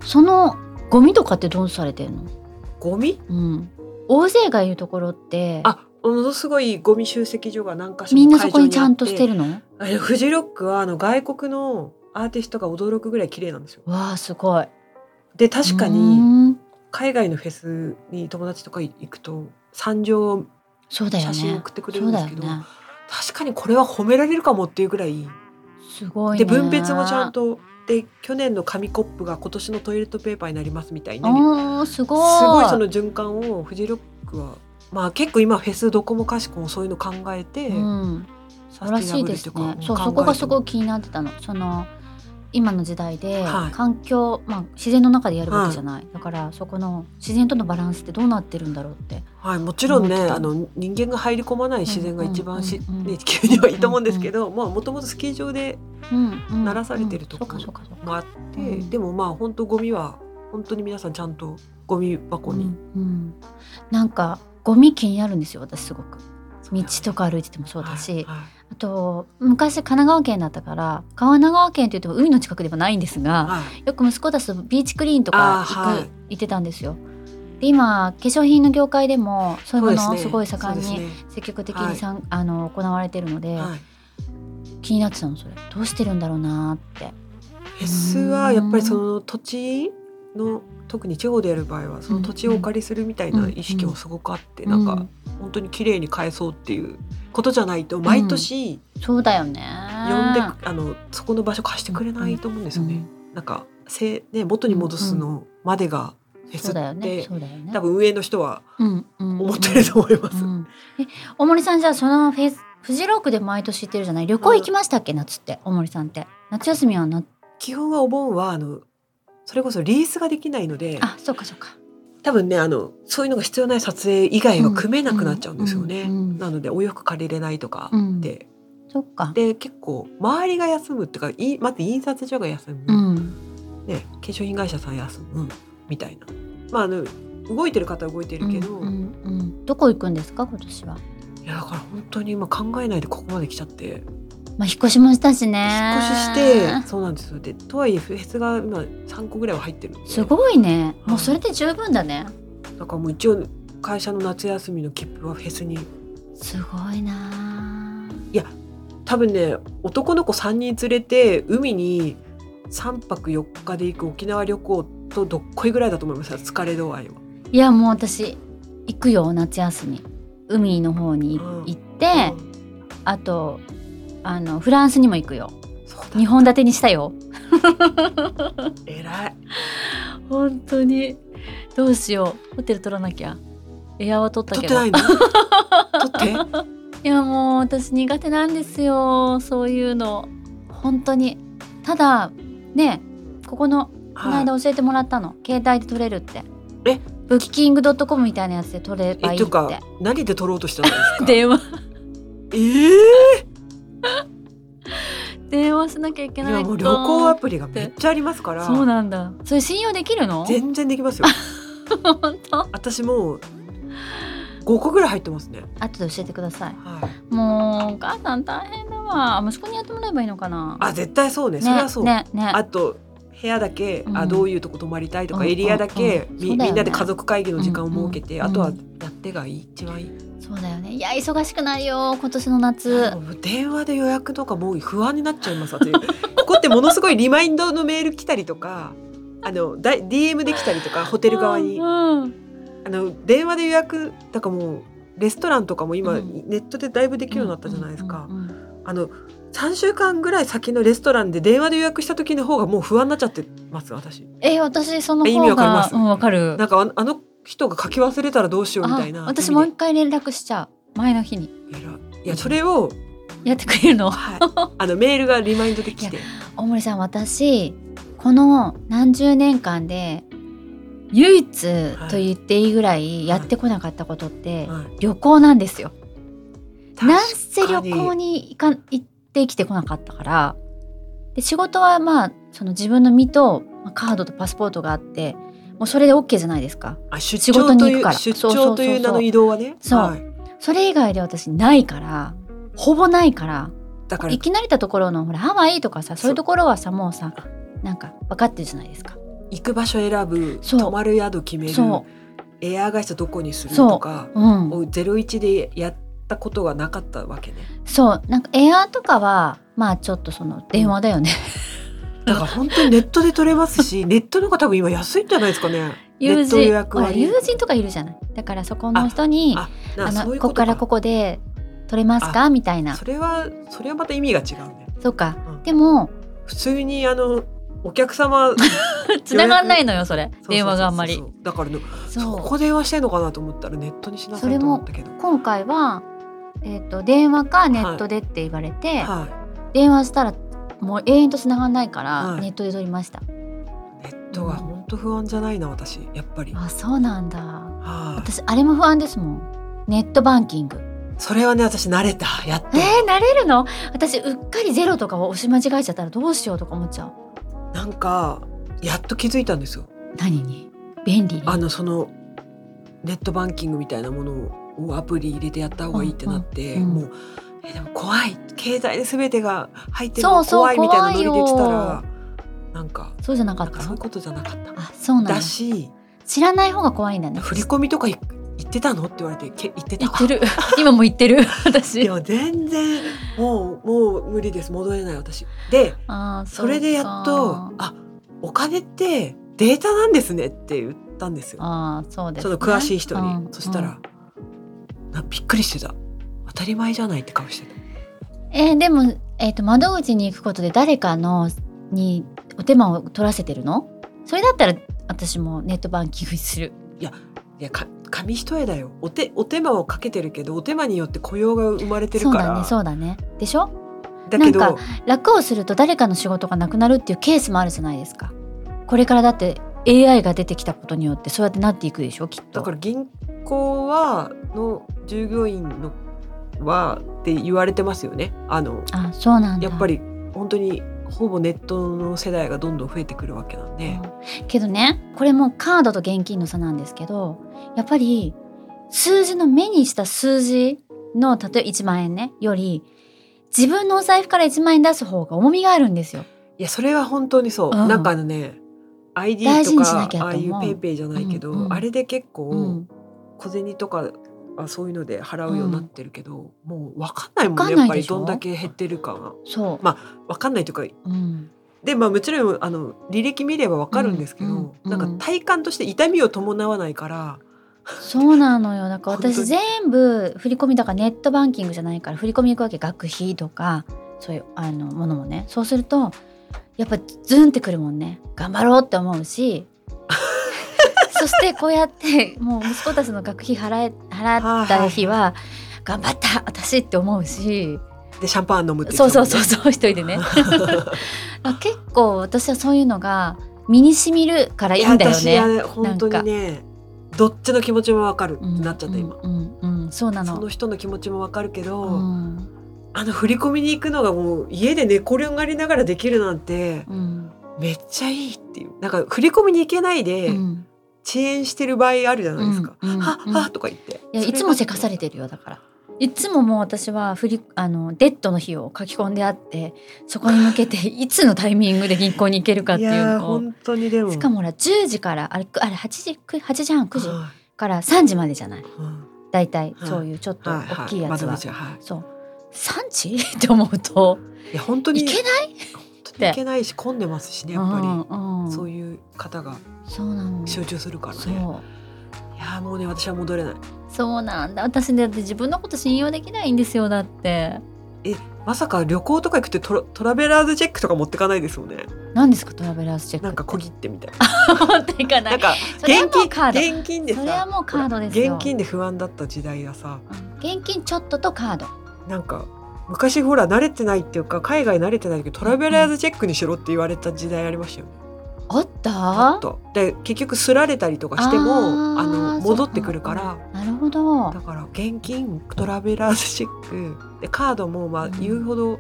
[SPEAKER 2] そのゴミとかってどうされてんの、
[SPEAKER 3] ゴミ
[SPEAKER 2] うん、大勢がいるところって
[SPEAKER 3] あものすごいゴミ集積所が何か所も
[SPEAKER 2] みんなそこにちゃんと
[SPEAKER 3] 会
[SPEAKER 2] し
[SPEAKER 3] 場
[SPEAKER 2] て
[SPEAKER 3] に
[SPEAKER 2] るの
[SPEAKER 3] あってあのフジロックはあの外国のアーティストが驚くぐらい綺麗なんですよ
[SPEAKER 2] わあすごい
[SPEAKER 3] で確か
[SPEAKER 2] う
[SPEAKER 3] に
[SPEAKER 2] ーん
[SPEAKER 3] 海外のフェスに友達とか行くと惨状を
[SPEAKER 2] そうだよ
[SPEAKER 3] 写真
[SPEAKER 2] ね
[SPEAKER 3] 送ってくれ
[SPEAKER 2] そ
[SPEAKER 3] るん
[SPEAKER 2] う
[SPEAKER 3] で
[SPEAKER 2] だ
[SPEAKER 3] す
[SPEAKER 2] よ
[SPEAKER 3] けど、
[SPEAKER 2] ね
[SPEAKER 3] 確かにこれは褒められるかもっていうぐらい
[SPEAKER 2] すごいね
[SPEAKER 3] で分別もちゃんとで去年の紙コップが今年のトイレットペーパーになりますみたいなす
[SPEAKER 2] あーすごい
[SPEAKER 3] ごいその循環をフジロックはまあ結構今フェスどこもかしこもそういうの考えて、
[SPEAKER 2] うん、素晴らしいです
[SPEAKER 3] サスティナ
[SPEAKER 2] ね
[SPEAKER 3] ブルとい
[SPEAKER 2] そう
[SPEAKER 3] か
[SPEAKER 2] そこがすご
[SPEAKER 3] 考
[SPEAKER 2] い気になってたのその今の時代で
[SPEAKER 3] はい
[SPEAKER 2] 環境、まあ、自然の中でやるわけじゃない、だからそこの自然とのバランスってどうなってるんだろうって
[SPEAKER 3] えてはい、もちろんね
[SPEAKER 2] 思ってた
[SPEAKER 3] あの人間が入り込まない自然が一番し、
[SPEAKER 2] うんうんうんうん
[SPEAKER 3] ね、地球にはいいと思うんですけどもともとスキー場で
[SPEAKER 2] うんうん
[SPEAKER 3] 鳴らされてるとこ
[SPEAKER 2] うんそうかそうかそうか
[SPEAKER 3] もあって、
[SPEAKER 2] うん
[SPEAKER 3] でもまあ本当ゴミは本当に皆さんちゃんとゴミ箱
[SPEAKER 2] うん
[SPEAKER 3] に、
[SPEAKER 2] うんなんかゴミ気になるんですよ私すごく
[SPEAKER 3] そう
[SPEAKER 2] 道
[SPEAKER 3] なんです
[SPEAKER 2] とか歩いててもそうだし、
[SPEAKER 3] はいはい
[SPEAKER 2] あと昔神奈川県だったから神奈川県といっても海の近くではないんですが、
[SPEAKER 3] はい
[SPEAKER 2] よく息子たちとビーチクリーンとか行く、
[SPEAKER 3] あーはい
[SPEAKER 2] 行ってたんですよ。で今化粧品の業界でもそういうも
[SPEAKER 3] そ
[SPEAKER 2] の
[SPEAKER 3] うです
[SPEAKER 2] す
[SPEAKER 3] ね
[SPEAKER 2] ごい盛ん
[SPEAKER 3] そうで
[SPEAKER 2] に
[SPEAKER 3] すね
[SPEAKER 2] 積極的にさん、あの行われてるので、
[SPEAKER 3] はい
[SPEAKER 2] 気になってたのそれどうしてるんだろうなーって。
[SPEAKER 3] フェスはやっぱりその土地の特に地方でやる場合はその土地をお借りするみたいな意識もすごくあって、
[SPEAKER 2] うん
[SPEAKER 3] なんか本当に綺麗に返そうっていうことじゃないと毎年
[SPEAKER 2] そうだよね。
[SPEAKER 3] 呼んで、あのそこの場所貸してくれないと思うんですよね。なんかせね元に戻すのまでがフェ
[SPEAKER 2] うん
[SPEAKER 3] ス
[SPEAKER 2] そう
[SPEAKER 3] っ
[SPEAKER 2] だよね。
[SPEAKER 3] て
[SPEAKER 2] そうだよね。
[SPEAKER 3] 多分運営の人は
[SPEAKER 2] うんうん
[SPEAKER 3] 思ってると思います。
[SPEAKER 2] うんえ大森さんじゃあそのフェスフジロックで毎年行ってるじゃない旅行行きましたっけ、夏って大森さんって夏休みはな
[SPEAKER 3] 基本はお盆はあのそれこそリースができないので
[SPEAKER 2] あそうかそうか
[SPEAKER 3] 多分ねあのそういうのが必要ない撮影以外は組めなくなっちゃうんですよね。
[SPEAKER 2] うんうんうん
[SPEAKER 3] なのでお洋服借りれないとか、
[SPEAKER 2] うん
[SPEAKER 3] で
[SPEAKER 2] そっか
[SPEAKER 3] で結構周りが休むっていうかいまず印刷所が休む、
[SPEAKER 2] うん
[SPEAKER 3] ね、化粧品会社さん休むみたいな、まあ、あの動いてる方は動いてるけど、
[SPEAKER 2] うんうんうん、どこ行くんですか今年は、
[SPEAKER 3] いやだから本当に今考えないでここまで来ちゃって
[SPEAKER 2] まあ、引っ越しもしたし
[SPEAKER 3] 引
[SPEAKER 2] ね
[SPEAKER 3] っ越ししてそうなんですよでとはいえフェスが今3個ぐらいは入ってるんです
[SPEAKER 2] ごいねもうそれで十分だね
[SPEAKER 3] だからもう一応会社の夏休みの切符はフェスに
[SPEAKER 2] すごいなあ
[SPEAKER 3] 多分ね男の子3人連れて海に3泊4日で行く沖縄旅行とどっこいぐらいだと思いますよ疲れ度合いは。
[SPEAKER 2] いやもう私行くよ夏休み海の方に
[SPEAKER 3] うん
[SPEAKER 2] 行って、
[SPEAKER 3] うん
[SPEAKER 2] あとあのフランスにも行くよ
[SPEAKER 3] そうだ
[SPEAKER 2] 2本立てにしたよ
[SPEAKER 3] 偉い
[SPEAKER 2] 本当にどうしようホテル取らなきゃエアは取った
[SPEAKER 3] 撮っ
[SPEAKER 2] け
[SPEAKER 3] て
[SPEAKER 2] ど
[SPEAKER 3] ない いの撮って
[SPEAKER 2] やもう私苦手なんですよそういうの本当にただねここのこの
[SPEAKER 3] はい
[SPEAKER 2] 間教えてもらったの、携帯で取れるって
[SPEAKER 3] え
[SPEAKER 2] ブッキングドットコムみたいなやつで取れば
[SPEAKER 3] え
[SPEAKER 2] いい
[SPEAKER 3] と
[SPEAKER 2] っ
[SPEAKER 3] いうか
[SPEAKER 2] て
[SPEAKER 3] 何で撮ろうとしたんです か
[SPEAKER 2] 電話
[SPEAKER 3] えー
[SPEAKER 2] 電話しなきゃいけない
[SPEAKER 3] いやもう旅行アプリがめっちゃありますから
[SPEAKER 2] そうなんだそれ信用できるの
[SPEAKER 3] 全然で きますよ
[SPEAKER 2] 本当
[SPEAKER 3] 私もう5個ぐらい入ってますね、
[SPEAKER 2] 後で教えてください
[SPEAKER 3] はい、
[SPEAKER 2] もうお母さん大変だわあ息子にやってもらえばいいのかな
[SPEAKER 3] あ絶対そうねそれはそう、
[SPEAKER 2] ねね
[SPEAKER 3] あと部屋だけ、
[SPEAKER 2] う
[SPEAKER 3] あ
[SPEAKER 2] ん
[SPEAKER 3] どういうとこ泊まりたいとか、
[SPEAKER 2] うん
[SPEAKER 3] エリアだけ、
[SPEAKER 2] うんうん
[SPEAKER 3] み
[SPEAKER 2] そうだよね
[SPEAKER 3] みんなで家族会議の時間を設け
[SPEAKER 2] う
[SPEAKER 3] て、
[SPEAKER 2] んうん
[SPEAKER 3] あとはやってがいい一番いい、
[SPEAKER 2] そうだよねいや忙しくなるよ今年の夏
[SPEAKER 3] もう電話で予約とかもう不安になっちゃいます 私ここってものすごいリマインドのメール来たりとかあのだ DM で来たりとかホテル側に、
[SPEAKER 2] うんうん
[SPEAKER 3] あの電話で予約だからもうレストランとかも今、
[SPEAKER 2] うん
[SPEAKER 3] ネットでだいぶできるようになったじゃないですか、
[SPEAKER 2] うんうんうん
[SPEAKER 3] あの3週間ぐらい先のレストランで電話で予約した時の方がもう不安になっちゃってます私
[SPEAKER 2] え私その
[SPEAKER 3] え意味
[SPEAKER 2] 方
[SPEAKER 3] わかりま
[SPEAKER 2] が
[SPEAKER 3] す
[SPEAKER 2] うんわかる
[SPEAKER 3] なんかあのあの人が書き忘れたらどうしようみたいな
[SPEAKER 2] あ私もう
[SPEAKER 3] 意味
[SPEAKER 2] 一回連絡しちゃう前の日に
[SPEAKER 3] で偉いいやそれを、
[SPEAKER 2] やってくれ るの
[SPEAKER 3] はい、 あのメールがリマインドできて
[SPEAKER 2] 大森さん私この何十年間で唯一と言っていいぐらいやってこなかったことって
[SPEAKER 3] は
[SPEAKER 2] 旅行なんですよ。
[SPEAKER 3] い
[SPEAKER 2] なんせ旅
[SPEAKER 3] 確
[SPEAKER 2] 行
[SPEAKER 3] かに
[SPEAKER 2] に行か行って生きてこなかったからで仕事はまあその自分の身とまあカードとパスポートがあってもうそれで OK じゃないですか。
[SPEAKER 3] あ出
[SPEAKER 2] 仕事
[SPEAKER 3] 張
[SPEAKER 2] に
[SPEAKER 3] と
[SPEAKER 2] 行
[SPEAKER 3] い
[SPEAKER 2] くか
[SPEAKER 3] う
[SPEAKER 2] ら
[SPEAKER 3] 出
[SPEAKER 2] そうそうそうそ
[SPEAKER 3] 張
[SPEAKER 2] う
[SPEAKER 3] という名の移動はね
[SPEAKER 2] そう
[SPEAKER 3] はい
[SPEAKER 2] それ以外で私ないからほぼないから
[SPEAKER 3] だから
[SPEAKER 2] いきなりたところのほらハワイとかさそういうところはさもうさなんか分かってるじゃないですか。
[SPEAKER 3] 行く場所選ぶ
[SPEAKER 2] そう
[SPEAKER 3] 泊まる宿決める
[SPEAKER 2] そ
[SPEAKER 3] エアー会社どこにするとか
[SPEAKER 2] う、うん、
[SPEAKER 3] をゼロ一でやったことがなかったわけね
[SPEAKER 2] そうなんかエアーとかはまあちょっとその電話だよね
[SPEAKER 3] だから本当にネットで取れますし ネットの方が多分今安いんじゃないですかね
[SPEAKER 2] 友
[SPEAKER 3] ネット予
[SPEAKER 2] 人
[SPEAKER 3] 約
[SPEAKER 2] ほら
[SPEAKER 3] 割
[SPEAKER 2] 友人とかいるじゃないだからそこの人にあ
[SPEAKER 3] あな
[SPEAKER 2] の
[SPEAKER 3] そういう
[SPEAKER 2] こ
[SPEAKER 3] こ
[SPEAKER 2] ことか
[SPEAKER 3] から
[SPEAKER 2] ここで取れますかみたいな
[SPEAKER 3] それはそれはまた意味が違うね
[SPEAKER 2] そうか、
[SPEAKER 3] うん
[SPEAKER 2] で も
[SPEAKER 3] 普通にあのお客 様
[SPEAKER 2] 繋がんないのよそれ
[SPEAKER 3] そうそうそうそう
[SPEAKER 2] 電話があんまり
[SPEAKER 3] だからねそ
[SPEAKER 2] そう
[SPEAKER 3] こ電話してんのかなと思ったらネットにしなさいと思ったけど
[SPEAKER 2] 今回は、えー、と電話かネットでって言われて、
[SPEAKER 3] は
[SPEAKER 2] 電話したらもう永遠と繋がんないから、
[SPEAKER 3] はい
[SPEAKER 2] ネットで取りました
[SPEAKER 3] いネットが本当不安じゃないな私やっぱり
[SPEAKER 2] あそうなんだ
[SPEAKER 3] はい
[SPEAKER 2] 私あれも不安ですもんネットバンキング
[SPEAKER 3] それはね私慣れたやっ
[SPEAKER 2] え
[SPEAKER 3] と
[SPEAKER 2] ー、慣れるの私うっかりゼロとかを押し間違えちゃったらどうしようとか思っちゃう
[SPEAKER 3] なんかやっと気づいたんですよ
[SPEAKER 2] 何に便利に
[SPEAKER 3] あのそのネットバンキングみたいなものをアプリ入れてやった方がいいってなって、
[SPEAKER 2] うんうん
[SPEAKER 3] もうえでも怖い経済で全てが入ってる
[SPEAKER 2] そう
[SPEAKER 3] の
[SPEAKER 2] そう
[SPEAKER 3] 怖いみたいなノリで来た
[SPEAKER 2] 怖
[SPEAKER 3] らなんか
[SPEAKER 2] そうじゃなか
[SPEAKER 3] な
[SPEAKER 2] っ
[SPEAKER 3] んか
[SPEAKER 2] た
[SPEAKER 3] そういう
[SPEAKER 2] の
[SPEAKER 3] ことじゃなかった。
[SPEAKER 2] あそうなんだ
[SPEAKER 3] だし
[SPEAKER 2] 知らない方が怖いんだね
[SPEAKER 3] 振り込みとかい行ってたのって言われてけ行ってた
[SPEAKER 2] 言ってる今も言って る
[SPEAKER 3] い
[SPEAKER 2] 私
[SPEAKER 3] や全然もうもう無理です戻れない私で
[SPEAKER 2] あー
[SPEAKER 3] それでやっと
[SPEAKER 2] そうか
[SPEAKER 3] あお金ってデータなんですねって言ったんですよ
[SPEAKER 2] あーそうです
[SPEAKER 3] そ
[SPEAKER 2] ね、
[SPEAKER 3] の詳しい人に、
[SPEAKER 2] うん
[SPEAKER 3] そしたら、なびっくりしてた当たり前じゃないって顔してた
[SPEAKER 2] うんえーでも、えー、と窓口に行くことで誰かのにお手間を取らせてるのそれだったら私もネットバンキングにする
[SPEAKER 3] いやか紙一重だよお手お手間をかけてるけどお手間によって雇用が生まれてる
[SPEAKER 2] そう
[SPEAKER 3] か
[SPEAKER 2] だ
[SPEAKER 3] ら
[SPEAKER 2] ねそうだねでしょ
[SPEAKER 3] だけど
[SPEAKER 2] なんか楽をすると誰かの仕事がなくなるっていうケースもあるじゃないですかこれからだって AI が出てきたことによってそうやってなっていくでしょきっと
[SPEAKER 3] だから銀行はの従業員のはって言われてますよねあの
[SPEAKER 2] あそうなんだ
[SPEAKER 3] やっぱり本当にほぼネットの世代がどんどん増えてくるわけなんで、
[SPEAKER 2] うんけどねこれもカードと現金の差なんですけどやっぱり数字の目にした数字の例えば1万円ねより自分のお財布から1万円出す方が重みがあるんですよ。
[SPEAKER 3] いやそれは本当にそう、
[SPEAKER 2] うん
[SPEAKER 3] なんかあのね ID
[SPEAKER 2] 大
[SPEAKER 3] と
[SPEAKER 2] 事にし
[SPEAKER 3] か
[SPEAKER 2] なきゃと
[SPEAKER 3] ああ
[SPEAKER 2] 思う
[SPEAKER 3] いうペイペイじゃないけど、
[SPEAKER 2] うんうん
[SPEAKER 3] あれで結構、
[SPEAKER 2] うん、
[SPEAKER 3] 小銭とかはそういうので払うようになってるけど、もう分かんないも
[SPEAKER 2] わか
[SPEAKER 3] んね
[SPEAKER 2] んない
[SPEAKER 3] やっぱり
[SPEAKER 2] でしょ
[SPEAKER 3] どんだけ減ってるかは
[SPEAKER 2] そう、
[SPEAKER 3] ま分かんないというか
[SPEAKER 2] うん、
[SPEAKER 3] でまあもちろんあの履歴見れば分かるんですけど、
[SPEAKER 2] うんうん
[SPEAKER 3] なんか体感として痛みを伴わないから、
[SPEAKER 2] そうなのよだから
[SPEAKER 3] 本当
[SPEAKER 2] 私
[SPEAKER 3] に
[SPEAKER 2] 全部振り込みだからネットバンキングじゃないから振り込み行くわけ学費とかそういうあのものもねそうするとやっぱズンってくるもんね頑張ろうって思う しそしてこうやってもう息子たちの学費払え払った日は頑張った私って思うし
[SPEAKER 3] でシャンパン飲むって
[SPEAKER 2] そうそうそう
[SPEAKER 3] う
[SPEAKER 2] そう一人で ねあ結構私はそういうのが身にしみるからいいんだよ
[SPEAKER 3] 私は
[SPEAKER 2] ね。
[SPEAKER 3] ね本当にねどっちの気持ちも分かるってなっちゃった、今、
[SPEAKER 2] うんうんうん、そうなの
[SPEAKER 3] その人の気持ちも分かるけど、
[SPEAKER 2] うん
[SPEAKER 3] あの振り込みに行くのがもう家で寝転がりながらできるなんて
[SPEAKER 2] うん
[SPEAKER 3] めっちゃいいっていうなんか振り込みに行けないで、
[SPEAKER 2] うん
[SPEAKER 3] 遅延してる場合あるじゃないですか。
[SPEAKER 2] うんうん
[SPEAKER 3] は
[SPEAKER 2] うん
[SPEAKER 3] はとか言って。
[SPEAKER 2] いやいつもせかされてるよだからいつももう私は振りあのデッドの日を書き込んであってそこに向け ていつのタイミングで銀行に行けるかってい
[SPEAKER 3] いうやー
[SPEAKER 2] のを
[SPEAKER 3] 本当にでも。
[SPEAKER 2] しかもほら10時からあれくあれ8時く8時半9時
[SPEAKER 3] は
[SPEAKER 2] から3時までじゃない
[SPEAKER 3] いうん
[SPEAKER 2] だいたい
[SPEAKER 3] はい
[SPEAKER 2] そういうちょっと
[SPEAKER 3] はいは
[SPEAKER 2] 大きいやつは、
[SPEAKER 3] 窓口はい。
[SPEAKER 2] そう3時 って思うと
[SPEAKER 3] いや本当に
[SPEAKER 2] いけない
[SPEAKER 3] 本当にいけないし混んでますしねやっぱ
[SPEAKER 2] う
[SPEAKER 3] り、
[SPEAKER 2] んうん、
[SPEAKER 3] そういう方が
[SPEAKER 2] そうなの
[SPEAKER 3] 集中するから
[SPEAKER 2] そ
[SPEAKER 3] ね。
[SPEAKER 2] う
[SPEAKER 3] いやーもうね私は戻れない。
[SPEAKER 2] そうなんだ私だって自分のこと信用できないんですよだって
[SPEAKER 3] まさか旅行とか行くってトラトラベラーズチェックとか持ってかないですよね。
[SPEAKER 2] 何ですかトラベラースチェック
[SPEAKER 3] な んか小
[SPEAKER 2] こぎ
[SPEAKER 3] 切手みたいな。
[SPEAKER 2] 持っていかない
[SPEAKER 3] なんか
[SPEAKER 2] それは
[SPEAKER 3] 現
[SPEAKER 2] もう
[SPEAKER 3] 金
[SPEAKER 2] カード
[SPEAKER 3] 現金でさ。
[SPEAKER 2] それはもうカードですよ
[SPEAKER 3] 現金で不安だった時代はさ。
[SPEAKER 2] 現金ちょっととカード
[SPEAKER 3] なんか昔ほら慣れてないっていうか海外慣れてないけどトラベラーズチェックにしろって言われた時代ありましたよね。
[SPEAKER 2] あっ
[SPEAKER 3] パッ
[SPEAKER 2] た
[SPEAKER 3] とで結局すられたりとかしても
[SPEAKER 2] あー
[SPEAKER 3] あの戻ってくるか
[SPEAKER 2] そ
[SPEAKER 3] ら
[SPEAKER 2] なるほど
[SPEAKER 3] だから現金トラベラーズチェックでカードも
[SPEAKER 2] う
[SPEAKER 3] まあ
[SPEAKER 2] ん
[SPEAKER 3] 言うほど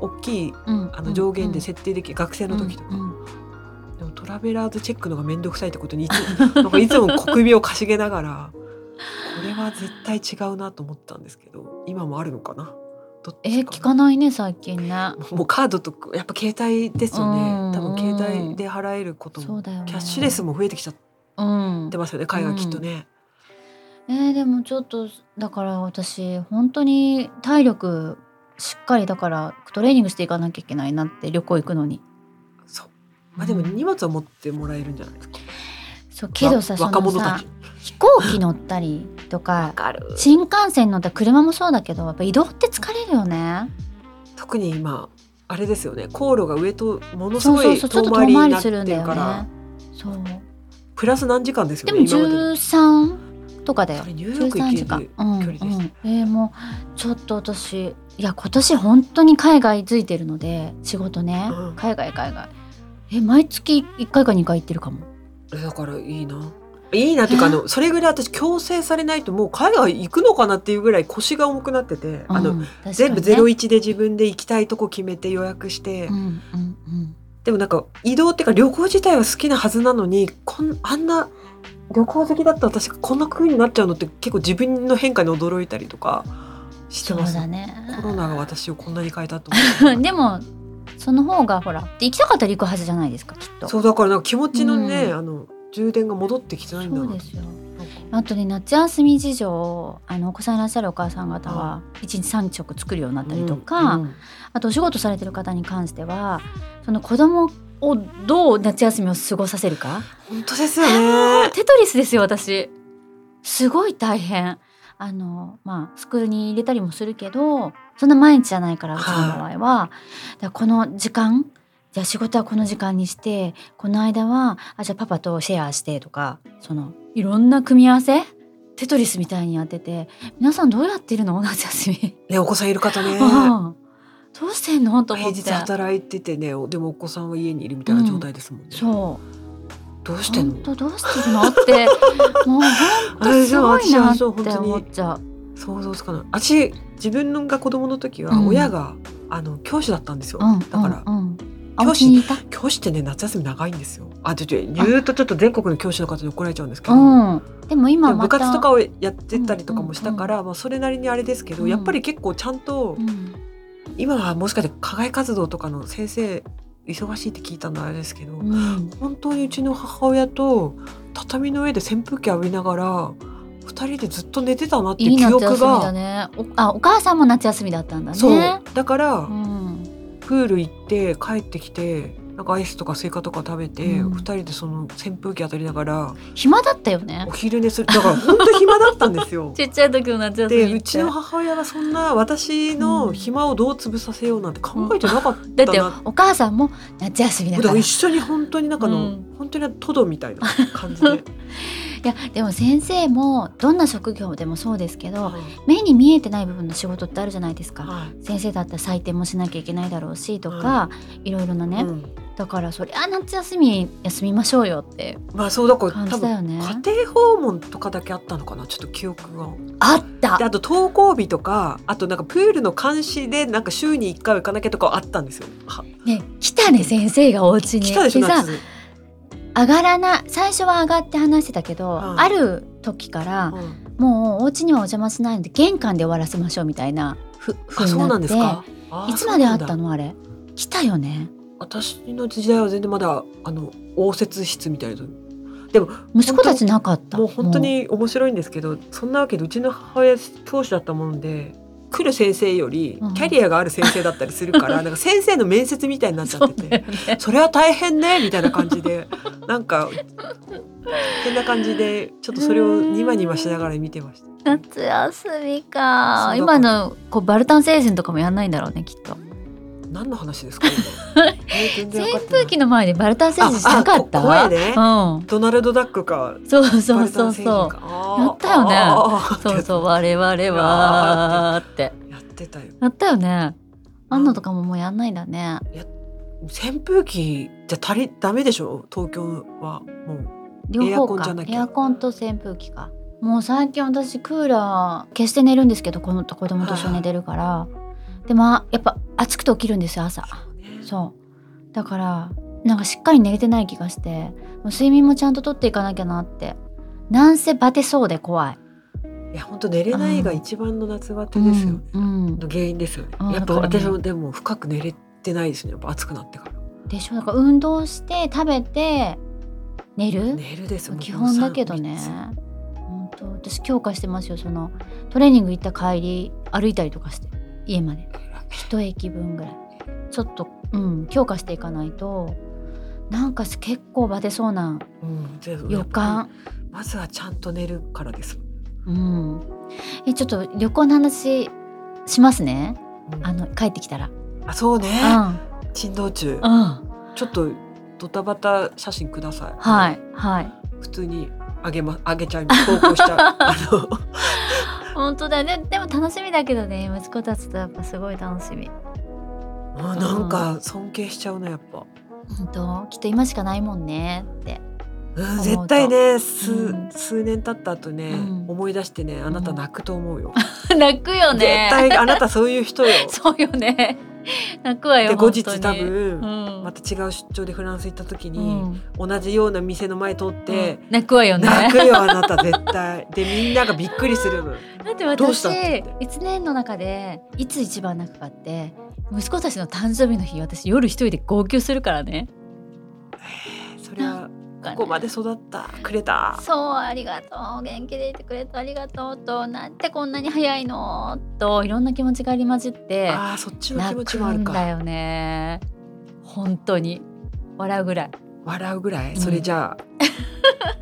[SPEAKER 3] 大きいあの上限で設定できる学生
[SPEAKER 2] 定
[SPEAKER 3] の時とか
[SPEAKER 2] うん
[SPEAKER 3] でもトラベラーズチェックのが面倒くさいってことにいつもなんかいつも小首をかしげながらこれは絶対違うなと思ったんですけど今もあるのかなどっ
[SPEAKER 2] え
[SPEAKER 3] ち
[SPEAKER 2] ー聞かないね最近ね
[SPEAKER 3] もうカードとやっぱ携帯ですよ
[SPEAKER 2] うん
[SPEAKER 3] ね多分携帯で払えること
[SPEAKER 2] そ
[SPEAKER 3] も
[SPEAKER 2] うだよね
[SPEAKER 3] キャッシュレスも増えてきちゃっ
[SPEAKER 2] うん
[SPEAKER 3] てますよね海外きっとね。
[SPEAKER 2] えーでもちょっとだから私本当に体力しっかりだからトレーニングしていかなきゃいけないなって旅行行くのに
[SPEAKER 3] そうまあでも
[SPEAKER 2] うん
[SPEAKER 3] 荷物は持ってもらえるんじゃないですか。
[SPEAKER 2] そうけどさ
[SPEAKER 3] わ
[SPEAKER 2] そ
[SPEAKER 3] 若
[SPEAKER 2] の
[SPEAKER 3] 者た
[SPEAKER 2] さ
[SPEAKER 3] ち。
[SPEAKER 2] 飛行機乗ったりと か
[SPEAKER 3] かる
[SPEAKER 2] 新幹線乗ったら車もそうだけどやっぱ移動って疲れるよね
[SPEAKER 3] 特に今あれですよね。航路が上とものすご
[SPEAKER 2] そう
[SPEAKER 3] い
[SPEAKER 2] そうそうちょ
[SPEAKER 3] 遠
[SPEAKER 2] っと
[SPEAKER 3] 回
[SPEAKER 2] 遠
[SPEAKER 3] り
[SPEAKER 2] 回
[SPEAKER 3] に
[SPEAKER 2] り
[SPEAKER 3] なっ
[SPEAKER 2] す
[SPEAKER 3] て
[SPEAKER 2] る
[SPEAKER 3] る
[SPEAKER 2] んだよ
[SPEAKER 3] から
[SPEAKER 2] ねそう
[SPEAKER 3] プラス何時間です
[SPEAKER 2] で
[SPEAKER 3] よ
[SPEAKER 2] も
[SPEAKER 3] ね。今までの。
[SPEAKER 2] 13とかだよ
[SPEAKER 3] それニューヨーク行
[SPEAKER 2] 13
[SPEAKER 3] け
[SPEAKER 2] 時
[SPEAKER 3] る距
[SPEAKER 2] 間
[SPEAKER 3] 離で
[SPEAKER 2] うんう
[SPEAKER 3] す。
[SPEAKER 2] ん、えーもうちょっと私いや今年本当に海外ついてるので仕事ね、
[SPEAKER 3] うん
[SPEAKER 2] 海外海外え毎月1回か2回行ってるかも
[SPEAKER 3] えだからいいな。いいなっていうかあのそれぐらい私強制されないともう海外行くのかなっていうぐらい腰が重くなっててあの
[SPEAKER 2] うん確かにね
[SPEAKER 3] 全部ゼロ一で自分で行きたいとこ決めて予約して、
[SPEAKER 2] うんうんうん
[SPEAKER 3] でもなんか移動っていうか旅行自体は好きなはずなのにこんあんな旅行好きだった私がこんな風になっちゃうのって結構自分の変化に驚いたりとかして
[SPEAKER 2] そう
[SPEAKER 3] ます、
[SPEAKER 2] だね
[SPEAKER 3] コロナが私をこんなに変えたと 思う
[SPEAKER 2] でもその方がほら行きたかったら行くはずじゃないですかきっと
[SPEAKER 3] そうだからなんか気持ちのね、
[SPEAKER 2] うん
[SPEAKER 3] あの充電が戻ってきてないんだな
[SPEAKER 2] そうですよ
[SPEAKER 3] なんか
[SPEAKER 2] あとね夏休み事情あのお子さんいらっしゃるお母さん方は1日3食作るようになったりとか、
[SPEAKER 3] うんうん
[SPEAKER 2] あとお仕事されてる方に関してはその子供をどう夏休みを過ごさせるか
[SPEAKER 3] 本当ですよね
[SPEAKER 2] テトリスですよ私すごい大変あのまあスクールに入れたりもするけどそんな毎日じゃないからうちの場合は、だからこの時間じゃあ仕事はこの時間にしてこの間はあじゃあパパとシェアしてとかそのいろんな組み合わせテトリスみたいにやってて皆さんどうやってるの夏休み、
[SPEAKER 3] ねお子さんい る方ね
[SPEAKER 2] うんどうしてんのと思
[SPEAKER 3] 平
[SPEAKER 2] って
[SPEAKER 3] 日働いててねでもお子さんは家にいるみたいな状態ですもんね、
[SPEAKER 2] そう
[SPEAKER 3] どうしてんの
[SPEAKER 2] 本当どうしてるのってもう本当すごいなって思っちゃう。
[SPEAKER 3] 想像つかない私自分が子供の時は
[SPEAKER 2] うん
[SPEAKER 3] 親が、あの教師だったんですよ、
[SPEAKER 2] うん、
[SPEAKER 3] だから、
[SPEAKER 2] うんうん、あ
[SPEAKER 3] 教
[SPEAKER 2] お
[SPEAKER 3] 師
[SPEAKER 2] 家にいた
[SPEAKER 3] 教師ってね夏休み長いんですよあちょっと言うとちょっと全国の教師の方に怒られちゃうんですけ
[SPEAKER 2] う
[SPEAKER 3] ど、
[SPEAKER 2] ん、でも
[SPEAKER 3] で
[SPEAKER 2] 今
[SPEAKER 3] も
[SPEAKER 2] ま
[SPEAKER 3] 部
[SPEAKER 2] た
[SPEAKER 3] 活とかをやってたりとかもしたから、
[SPEAKER 2] う
[SPEAKER 3] まあ、それなりにあれですけど、
[SPEAKER 2] うん
[SPEAKER 3] やっぱり結構ちゃんと、
[SPEAKER 2] うん
[SPEAKER 3] 今はもしかして課外活動とかの先生忙しいって聞いたのはあれですけど、
[SPEAKER 2] うん、
[SPEAKER 3] 本当にうちの母親と畳の上で扇風機浴びながら二人でずっと寝てたなってい
[SPEAKER 2] いうい
[SPEAKER 3] 記
[SPEAKER 2] 夏
[SPEAKER 3] 憶
[SPEAKER 2] 休み
[SPEAKER 3] が
[SPEAKER 2] だねおあお母さんも夏休みだったんだね
[SPEAKER 3] そうだから、
[SPEAKER 2] うん、
[SPEAKER 3] プール行って帰ってきてなんかアイスとかスイカとか食べて、二
[SPEAKER 2] うん
[SPEAKER 3] 人でその扇風機当たりながら
[SPEAKER 2] 暇だったよね
[SPEAKER 3] お昼寝するだから本当暇だった
[SPEAKER 2] 。
[SPEAKER 3] んですよ
[SPEAKER 2] ちっちゃい時の夏休みっ
[SPEAKER 3] で
[SPEAKER 2] て
[SPEAKER 3] うちの母親がそんな私の暇をどう潰させようなんて考えてなかったなって
[SPEAKER 2] だってお母さんも夏休みだ
[SPEAKER 3] だ
[SPEAKER 2] か
[SPEAKER 3] からら
[SPEAKER 2] い
[SPEAKER 3] 一緒に本当になんかの、
[SPEAKER 2] うん
[SPEAKER 3] 本当にトドみたいな感 じで
[SPEAKER 2] やでも先生もどんな職業でもそうですけど
[SPEAKER 3] はい
[SPEAKER 2] 目に見えてない部分の仕事ってあるじゃないですか
[SPEAKER 3] はい
[SPEAKER 2] 先生だったら採点もしなきゃいけないだろうしとか、いろいろなね、
[SPEAKER 3] うん
[SPEAKER 2] だからそりゃ夏休み休みましょうよって
[SPEAKER 3] まあそうだから
[SPEAKER 2] 感
[SPEAKER 3] 多
[SPEAKER 2] じだ
[SPEAKER 3] 分
[SPEAKER 2] よね
[SPEAKER 3] 家庭訪問とかだけあったのかなちょっと記憶が
[SPEAKER 2] あった
[SPEAKER 3] であと登校日とかあとなんかプールの監視でなんか週に1回は行かなきゃとかはあったんですよは
[SPEAKER 2] ね来たね先生がお家に
[SPEAKER 3] 来たでしょ
[SPEAKER 2] でさ
[SPEAKER 3] 夏、
[SPEAKER 2] 上がらな最初は上がって話してたけど、
[SPEAKER 3] うん
[SPEAKER 2] ある時から
[SPEAKER 3] うん
[SPEAKER 2] もうお家にはお邪魔しないので玄関で終わらせましょうみたいなふふ
[SPEAKER 3] あそう
[SPEAKER 2] に
[SPEAKER 3] な
[SPEAKER 2] なんっ
[SPEAKER 3] で
[SPEAKER 2] て
[SPEAKER 3] すかあー
[SPEAKER 2] いつまであっ
[SPEAKER 3] そ
[SPEAKER 2] た
[SPEAKER 3] うなんだ
[SPEAKER 2] のあれ来たよね
[SPEAKER 3] 私の時代は全然まだあの応接室みたいなでも
[SPEAKER 2] 息子たちなかった
[SPEAKER 3] もう本当に面白いんですけどそんなわけでうちの母親教師だったもので来る先生より
[SPEAKER 2] うん
[SPEAKER 3] キャリアがある先生だったりするから、 なんか先生の面接みたいになっちゃ
[SPEAKER 2] そ
[SPEAKER 3] って
[SPEAKER 2] う
[SPEAKER 3] てそ,、
[SPEAKER 2] だよ ね
[SPEAKER 3] れは大変ねみたいな感じでなんか変な感じでちょっとそれをニマニマしながら見てました。
[SPEAKER 2] 夏休みか
[SPEAKER 3] そうだから
[SPEAKER 2] 今のこうバルタン星人とかもやんないんだろうねきっと
[SPEAKER 3] 何の話ですか今 えー全然わかっ
[SPEAKER 2] 扇
[SPEAKER 3] てない
[SPEAKER 2] 風機の前でバルタン星人しなかった
[SPEAKER 3] ああこ声ね
[SPEAKER 2] うん
[SPEAKER 3] ドナルド・ダックか
[SPEAKER 2] そうそう
[SPEAKER 3] バルタ
[SPEAKER 2] そう
[SPEAKER 3] ン星
[SPEAKER 2] そ
[SPEAKER 3] 人
[SPEAKER 2] う
[SPEAKER 3] かあー
[SPEAKER 2] やったよね
[SPEAKER 3] あー
[SPEAKER 2] そうそう
[SPEAKER 3] あ
[SPEAKER 2] 我々はって
[SPEAKER 3] ーやってたよ
[SPEAKER 2] やったよねあんのとかももうやんないんだね
[SPEAKER 3] 扇風機じゃ足りダメでしょ東京はもう
[SPEAKER 2] 両
[SPEAKER 3] エア
[SPEAKER 2] 方
[SPEAKER 3] コンじゃ
[SPEAKER 2] か
[SPEAKER 3] なき
[SPEAKER 2] エ
[SPEAKER 3] ゃ
[SPEAKER 2] アコンと扇風機かもう最近私クーラー消して寝るんですけどこの子供と一緒に寝てるから、でもあやっぱ暑くて起きるんですよ朝そうだからなんかしっかり寝れてない気がしてもう睡眠もちゃんととっていかなきゃなってなんせバテそうで怖い
[SPEAKER 3] いや本当寝れないが一番の夏バテですよね、
[SPEAKER 2] うんうん
[SPEAKER 3] の原因ですよね
[SPEAKER 2] うん
[SPEAKER 3] やっぱ
[SPEAKER 2] わかるね
[SPEAKER 3] 私もでも深く寝れてないですねやっぱ暑くなってから
[SPEAKER 2] でしょだから運動して食べて寝る、
[SPEAKER 3] 寝るですよ
[SPEAKER 2] 基本だけどね本当私強化してますよそのトレーニング行った帰り歩いたりとかして家まで一駅分ぐらいちょっとうん強化していかないとなんか結構バテそうな予
[SPEAKER 3] 予感
[SPEAKER 2] 感
[SPEAKER 3] まずはちゃんと寝るからです、
[SPEAKER 2] うんえちょっと旅行の話しますね
[SPEAKER 3] うん
[SPEAKER 2] あの帰ってきたら
[SPEAKER 3] あそうね
[SPEAKER 2] う
[SPEAKER 3] 珍道
[SPEAKER 2] ん
[SPEAKER 3] 中
[SPEAKER 2] うん
[SPEAKER 3] ちょっとドタバタ写真ください
[SPEAKER 2] はいはい
[SPEAKER 3] 普通にあげまあげちゃいます投稿しちゃう あの
[SPEAKER 2] 本当だよねでも楽しみだけどね息子たちとやっぱすごい楽しみ
[SPEAKER 3] あなんか尊敬しちゃうなやっぱ、
[SPEAKER 2] 本当きっと今しかないもんねって
[SPEAKER 3] うん、
[SPEAKER 2] と
[SPEAKER 3] 絶対ね数,、
[SPEAKER 2] うん
[SPEAKER 3] 数年経った後ね、
[SPEAKER 2] うん
[SPEAKER 3] 思い出してねあなた泣くと思うよ、
[SPEAKER 2] 泣くよ
[SPEAKER 3] 絶対あなたそういう人よ
[SPEAKER 2] そうよね泣くわよ
[SPEAKER 3] で後日
[SPEAKER 2] 本当
[SPEAKER 3] 多
[SPEAKER 2] に
[SPEAKER 3] 分、
[SPEAKER 2] うん
[SPEAKER 3] また違う出張でフランス行った時
[SPEAKER 2] う
[SPEAKER 3] に、
[SPEAKER 2] ん
[SPEAKER 3] 同じような店の前通って、
[SPEAKER 2] うん泣くわよね
[SPEAKER 3] 泣くよあなた絶対でみんながびっくりするの
[SPEAKER 2] だって
[SPEAKER 3] どう
[SPEAKER 2] 私
[SPEAKER 3] したって言っ
[SPEAKER 2] 一年の中でいつ一番泣くかって息子たちの誕生日の日私夜一人で号泣するからね
[SPEAKER 3] それは
[SPEAKER 2] こ
[SPEAKER 3] ここまで育ったくれた
[SPEAKER 2] そうありがとう元気でいてくれてありがとうとなんてこんなに早いのといろんな気持ちが入り混じって
[SPEAKER 3] あーそっちの気持
[SPEAKER 2] 泣
[SPEAKER 3] ち
[SPEAKER 2] く
[SPEAKER 3] もある
[SPEAKER 2] んだ
[SPEAKER 3] か
[SPEAKER 2] よね本当に笑うぐらい
[SPEAKER 3] 笑うぐらい、
[SPEAKER 2] うん
[SPEAKER 3] それじゃ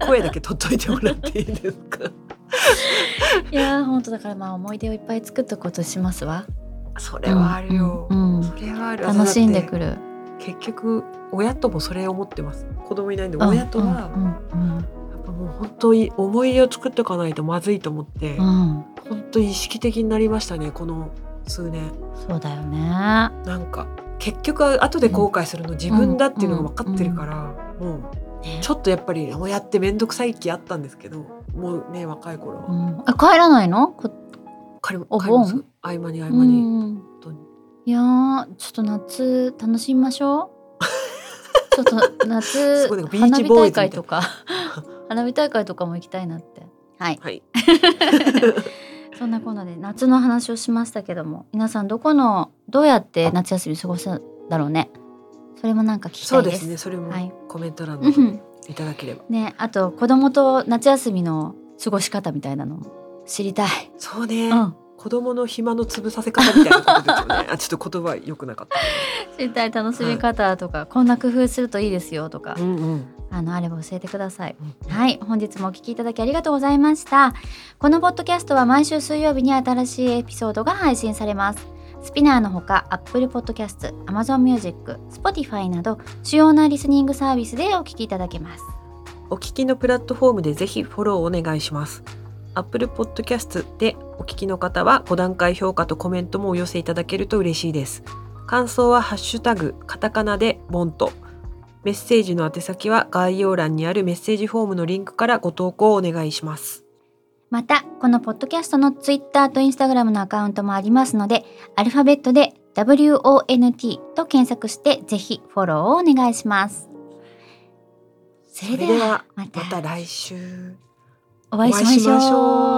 [SPEAKER 3] あ声だけ取っといてもらっていいです か
[SPEAKER 2] いやー本当だからまあ思い出をいっぱい作っとことしますわ
[SPEAKER 3] それはあるよ、
[SPEAKER 2] うんうん
[SPEAKER 3] それはある
[SPEAKER 2] 楽しんでく
[SPEAKER 3] る
[SPEAKER 2] る
[SPEAKER 3] 結局親ともそれ思ってます子供いないんで親とは
[SPEAKER 2] うんうん
[SPEAKER 3] やっぱもう本当に思い出を作っていかないとまずいと思って、
[SPEAKER 2] うんうん
[SPEAKER 3] 本当に意識的になりましたねこの数年
[SPEAKER 2] そうだよね
[SPEAKER 3] なんか結局後で後悔するの自分だっていうのが分かってるから、も
[SPEAKER 2] ね
[SPEAKER 3] うちょっとやっぱり親って面倒くさい気あったんですけどもうね若い頃は、
[SPEAKER 2] うん、あ帰らないのこ
[SPEAKER 3] 借り
[SPEAKER 2] お
[SPEAKER 3] 買います
[SPEAKER 2] 盆
[SPEAKER 3] 合間に合
[SPEAKER 2] う
[SPEAKER 3] 間に、
[SPEAKER 2] ん
[SPEAKER 3] 当に
[SPEAKER 2] いやーちょっと夏楽しみましょ うちょっと夏
[SPEAKER 3] すごいなんかビー
[SPEAKER 2] 花
[SPEAKER 3] チ
[SPEAKER 2] 火
[SPEAKER 3] ボーイ
[SPEAKER 2] 大
[SPEAKER 3] ズ
[SPEAKER 2] 会と
[SPEAKER 3] みたい
[SPEAKER 2] か 花火大会とかも行きたいなってはい
[SPEAKER 3] はい
[SPEAKER 2] そんなこんなで夏の話をしましたけども皆さんどこのどうやって夏休み過ごすんだろうねそれもなんか聞きた
[SPEAKER 3] そう
[SPEAKER 2] いで
[SPEAKER 3] ですすねそれも
[SPEAKER 2] はい
[SPEAKER 3] コメント欄
[SPEAKER 2] う
[SPEAKER 3] で
[SPEAKER 2] ん
[SPEAKER 3] いただければ、
[SPEAKER 2] ねあと子供と夏休みの過ごし方みたいなのも知りたい、
[SPEAKER 3] そうね、
[SPEAKER 2] うん
[SPEAKER 3] 子供の暇の潰させ方みたいなことですよねあちょっと言葉良くなかっ
[SPEAKER 2] 知りたい楽しみ方とか、こんな工夫するといいですよとか
[SPEAKER 3] た、うんうん
[SPEAKER 2] あのあれば教えてください
[SPEAKER 3] うん
[SPEAKER 2] はい本日もお聞きいただきありがとうございましたこのポッドキャストは毎週水曜日に新しいエピソードが配信されますスピナーのほか Apple Podcast、Amazon Music、Spotify など主要なリスニングサービスでお聞きいただけます
[SPEAKER 3] お聞きのプラットフォームでぜひフォローお願いします。Apple Podcast でお聞きの方は5段階評価とコメントもお寄せいただけると嬉しいです。感想はハッシュタグカタカナでボンと。メッセージの宛先は概要欄にあるメッセージフォームのリンクからご投稿をお願いします。
[SPEAKER 2] またこのポッドキャストの Twitter と Instagram のアカウントもありますのでアルファベットで WONT と検索してぜひフォローをお願いしますそれではまた
[SPEAKER 3] また来週。
[SPEAKER 2] お会いしましょう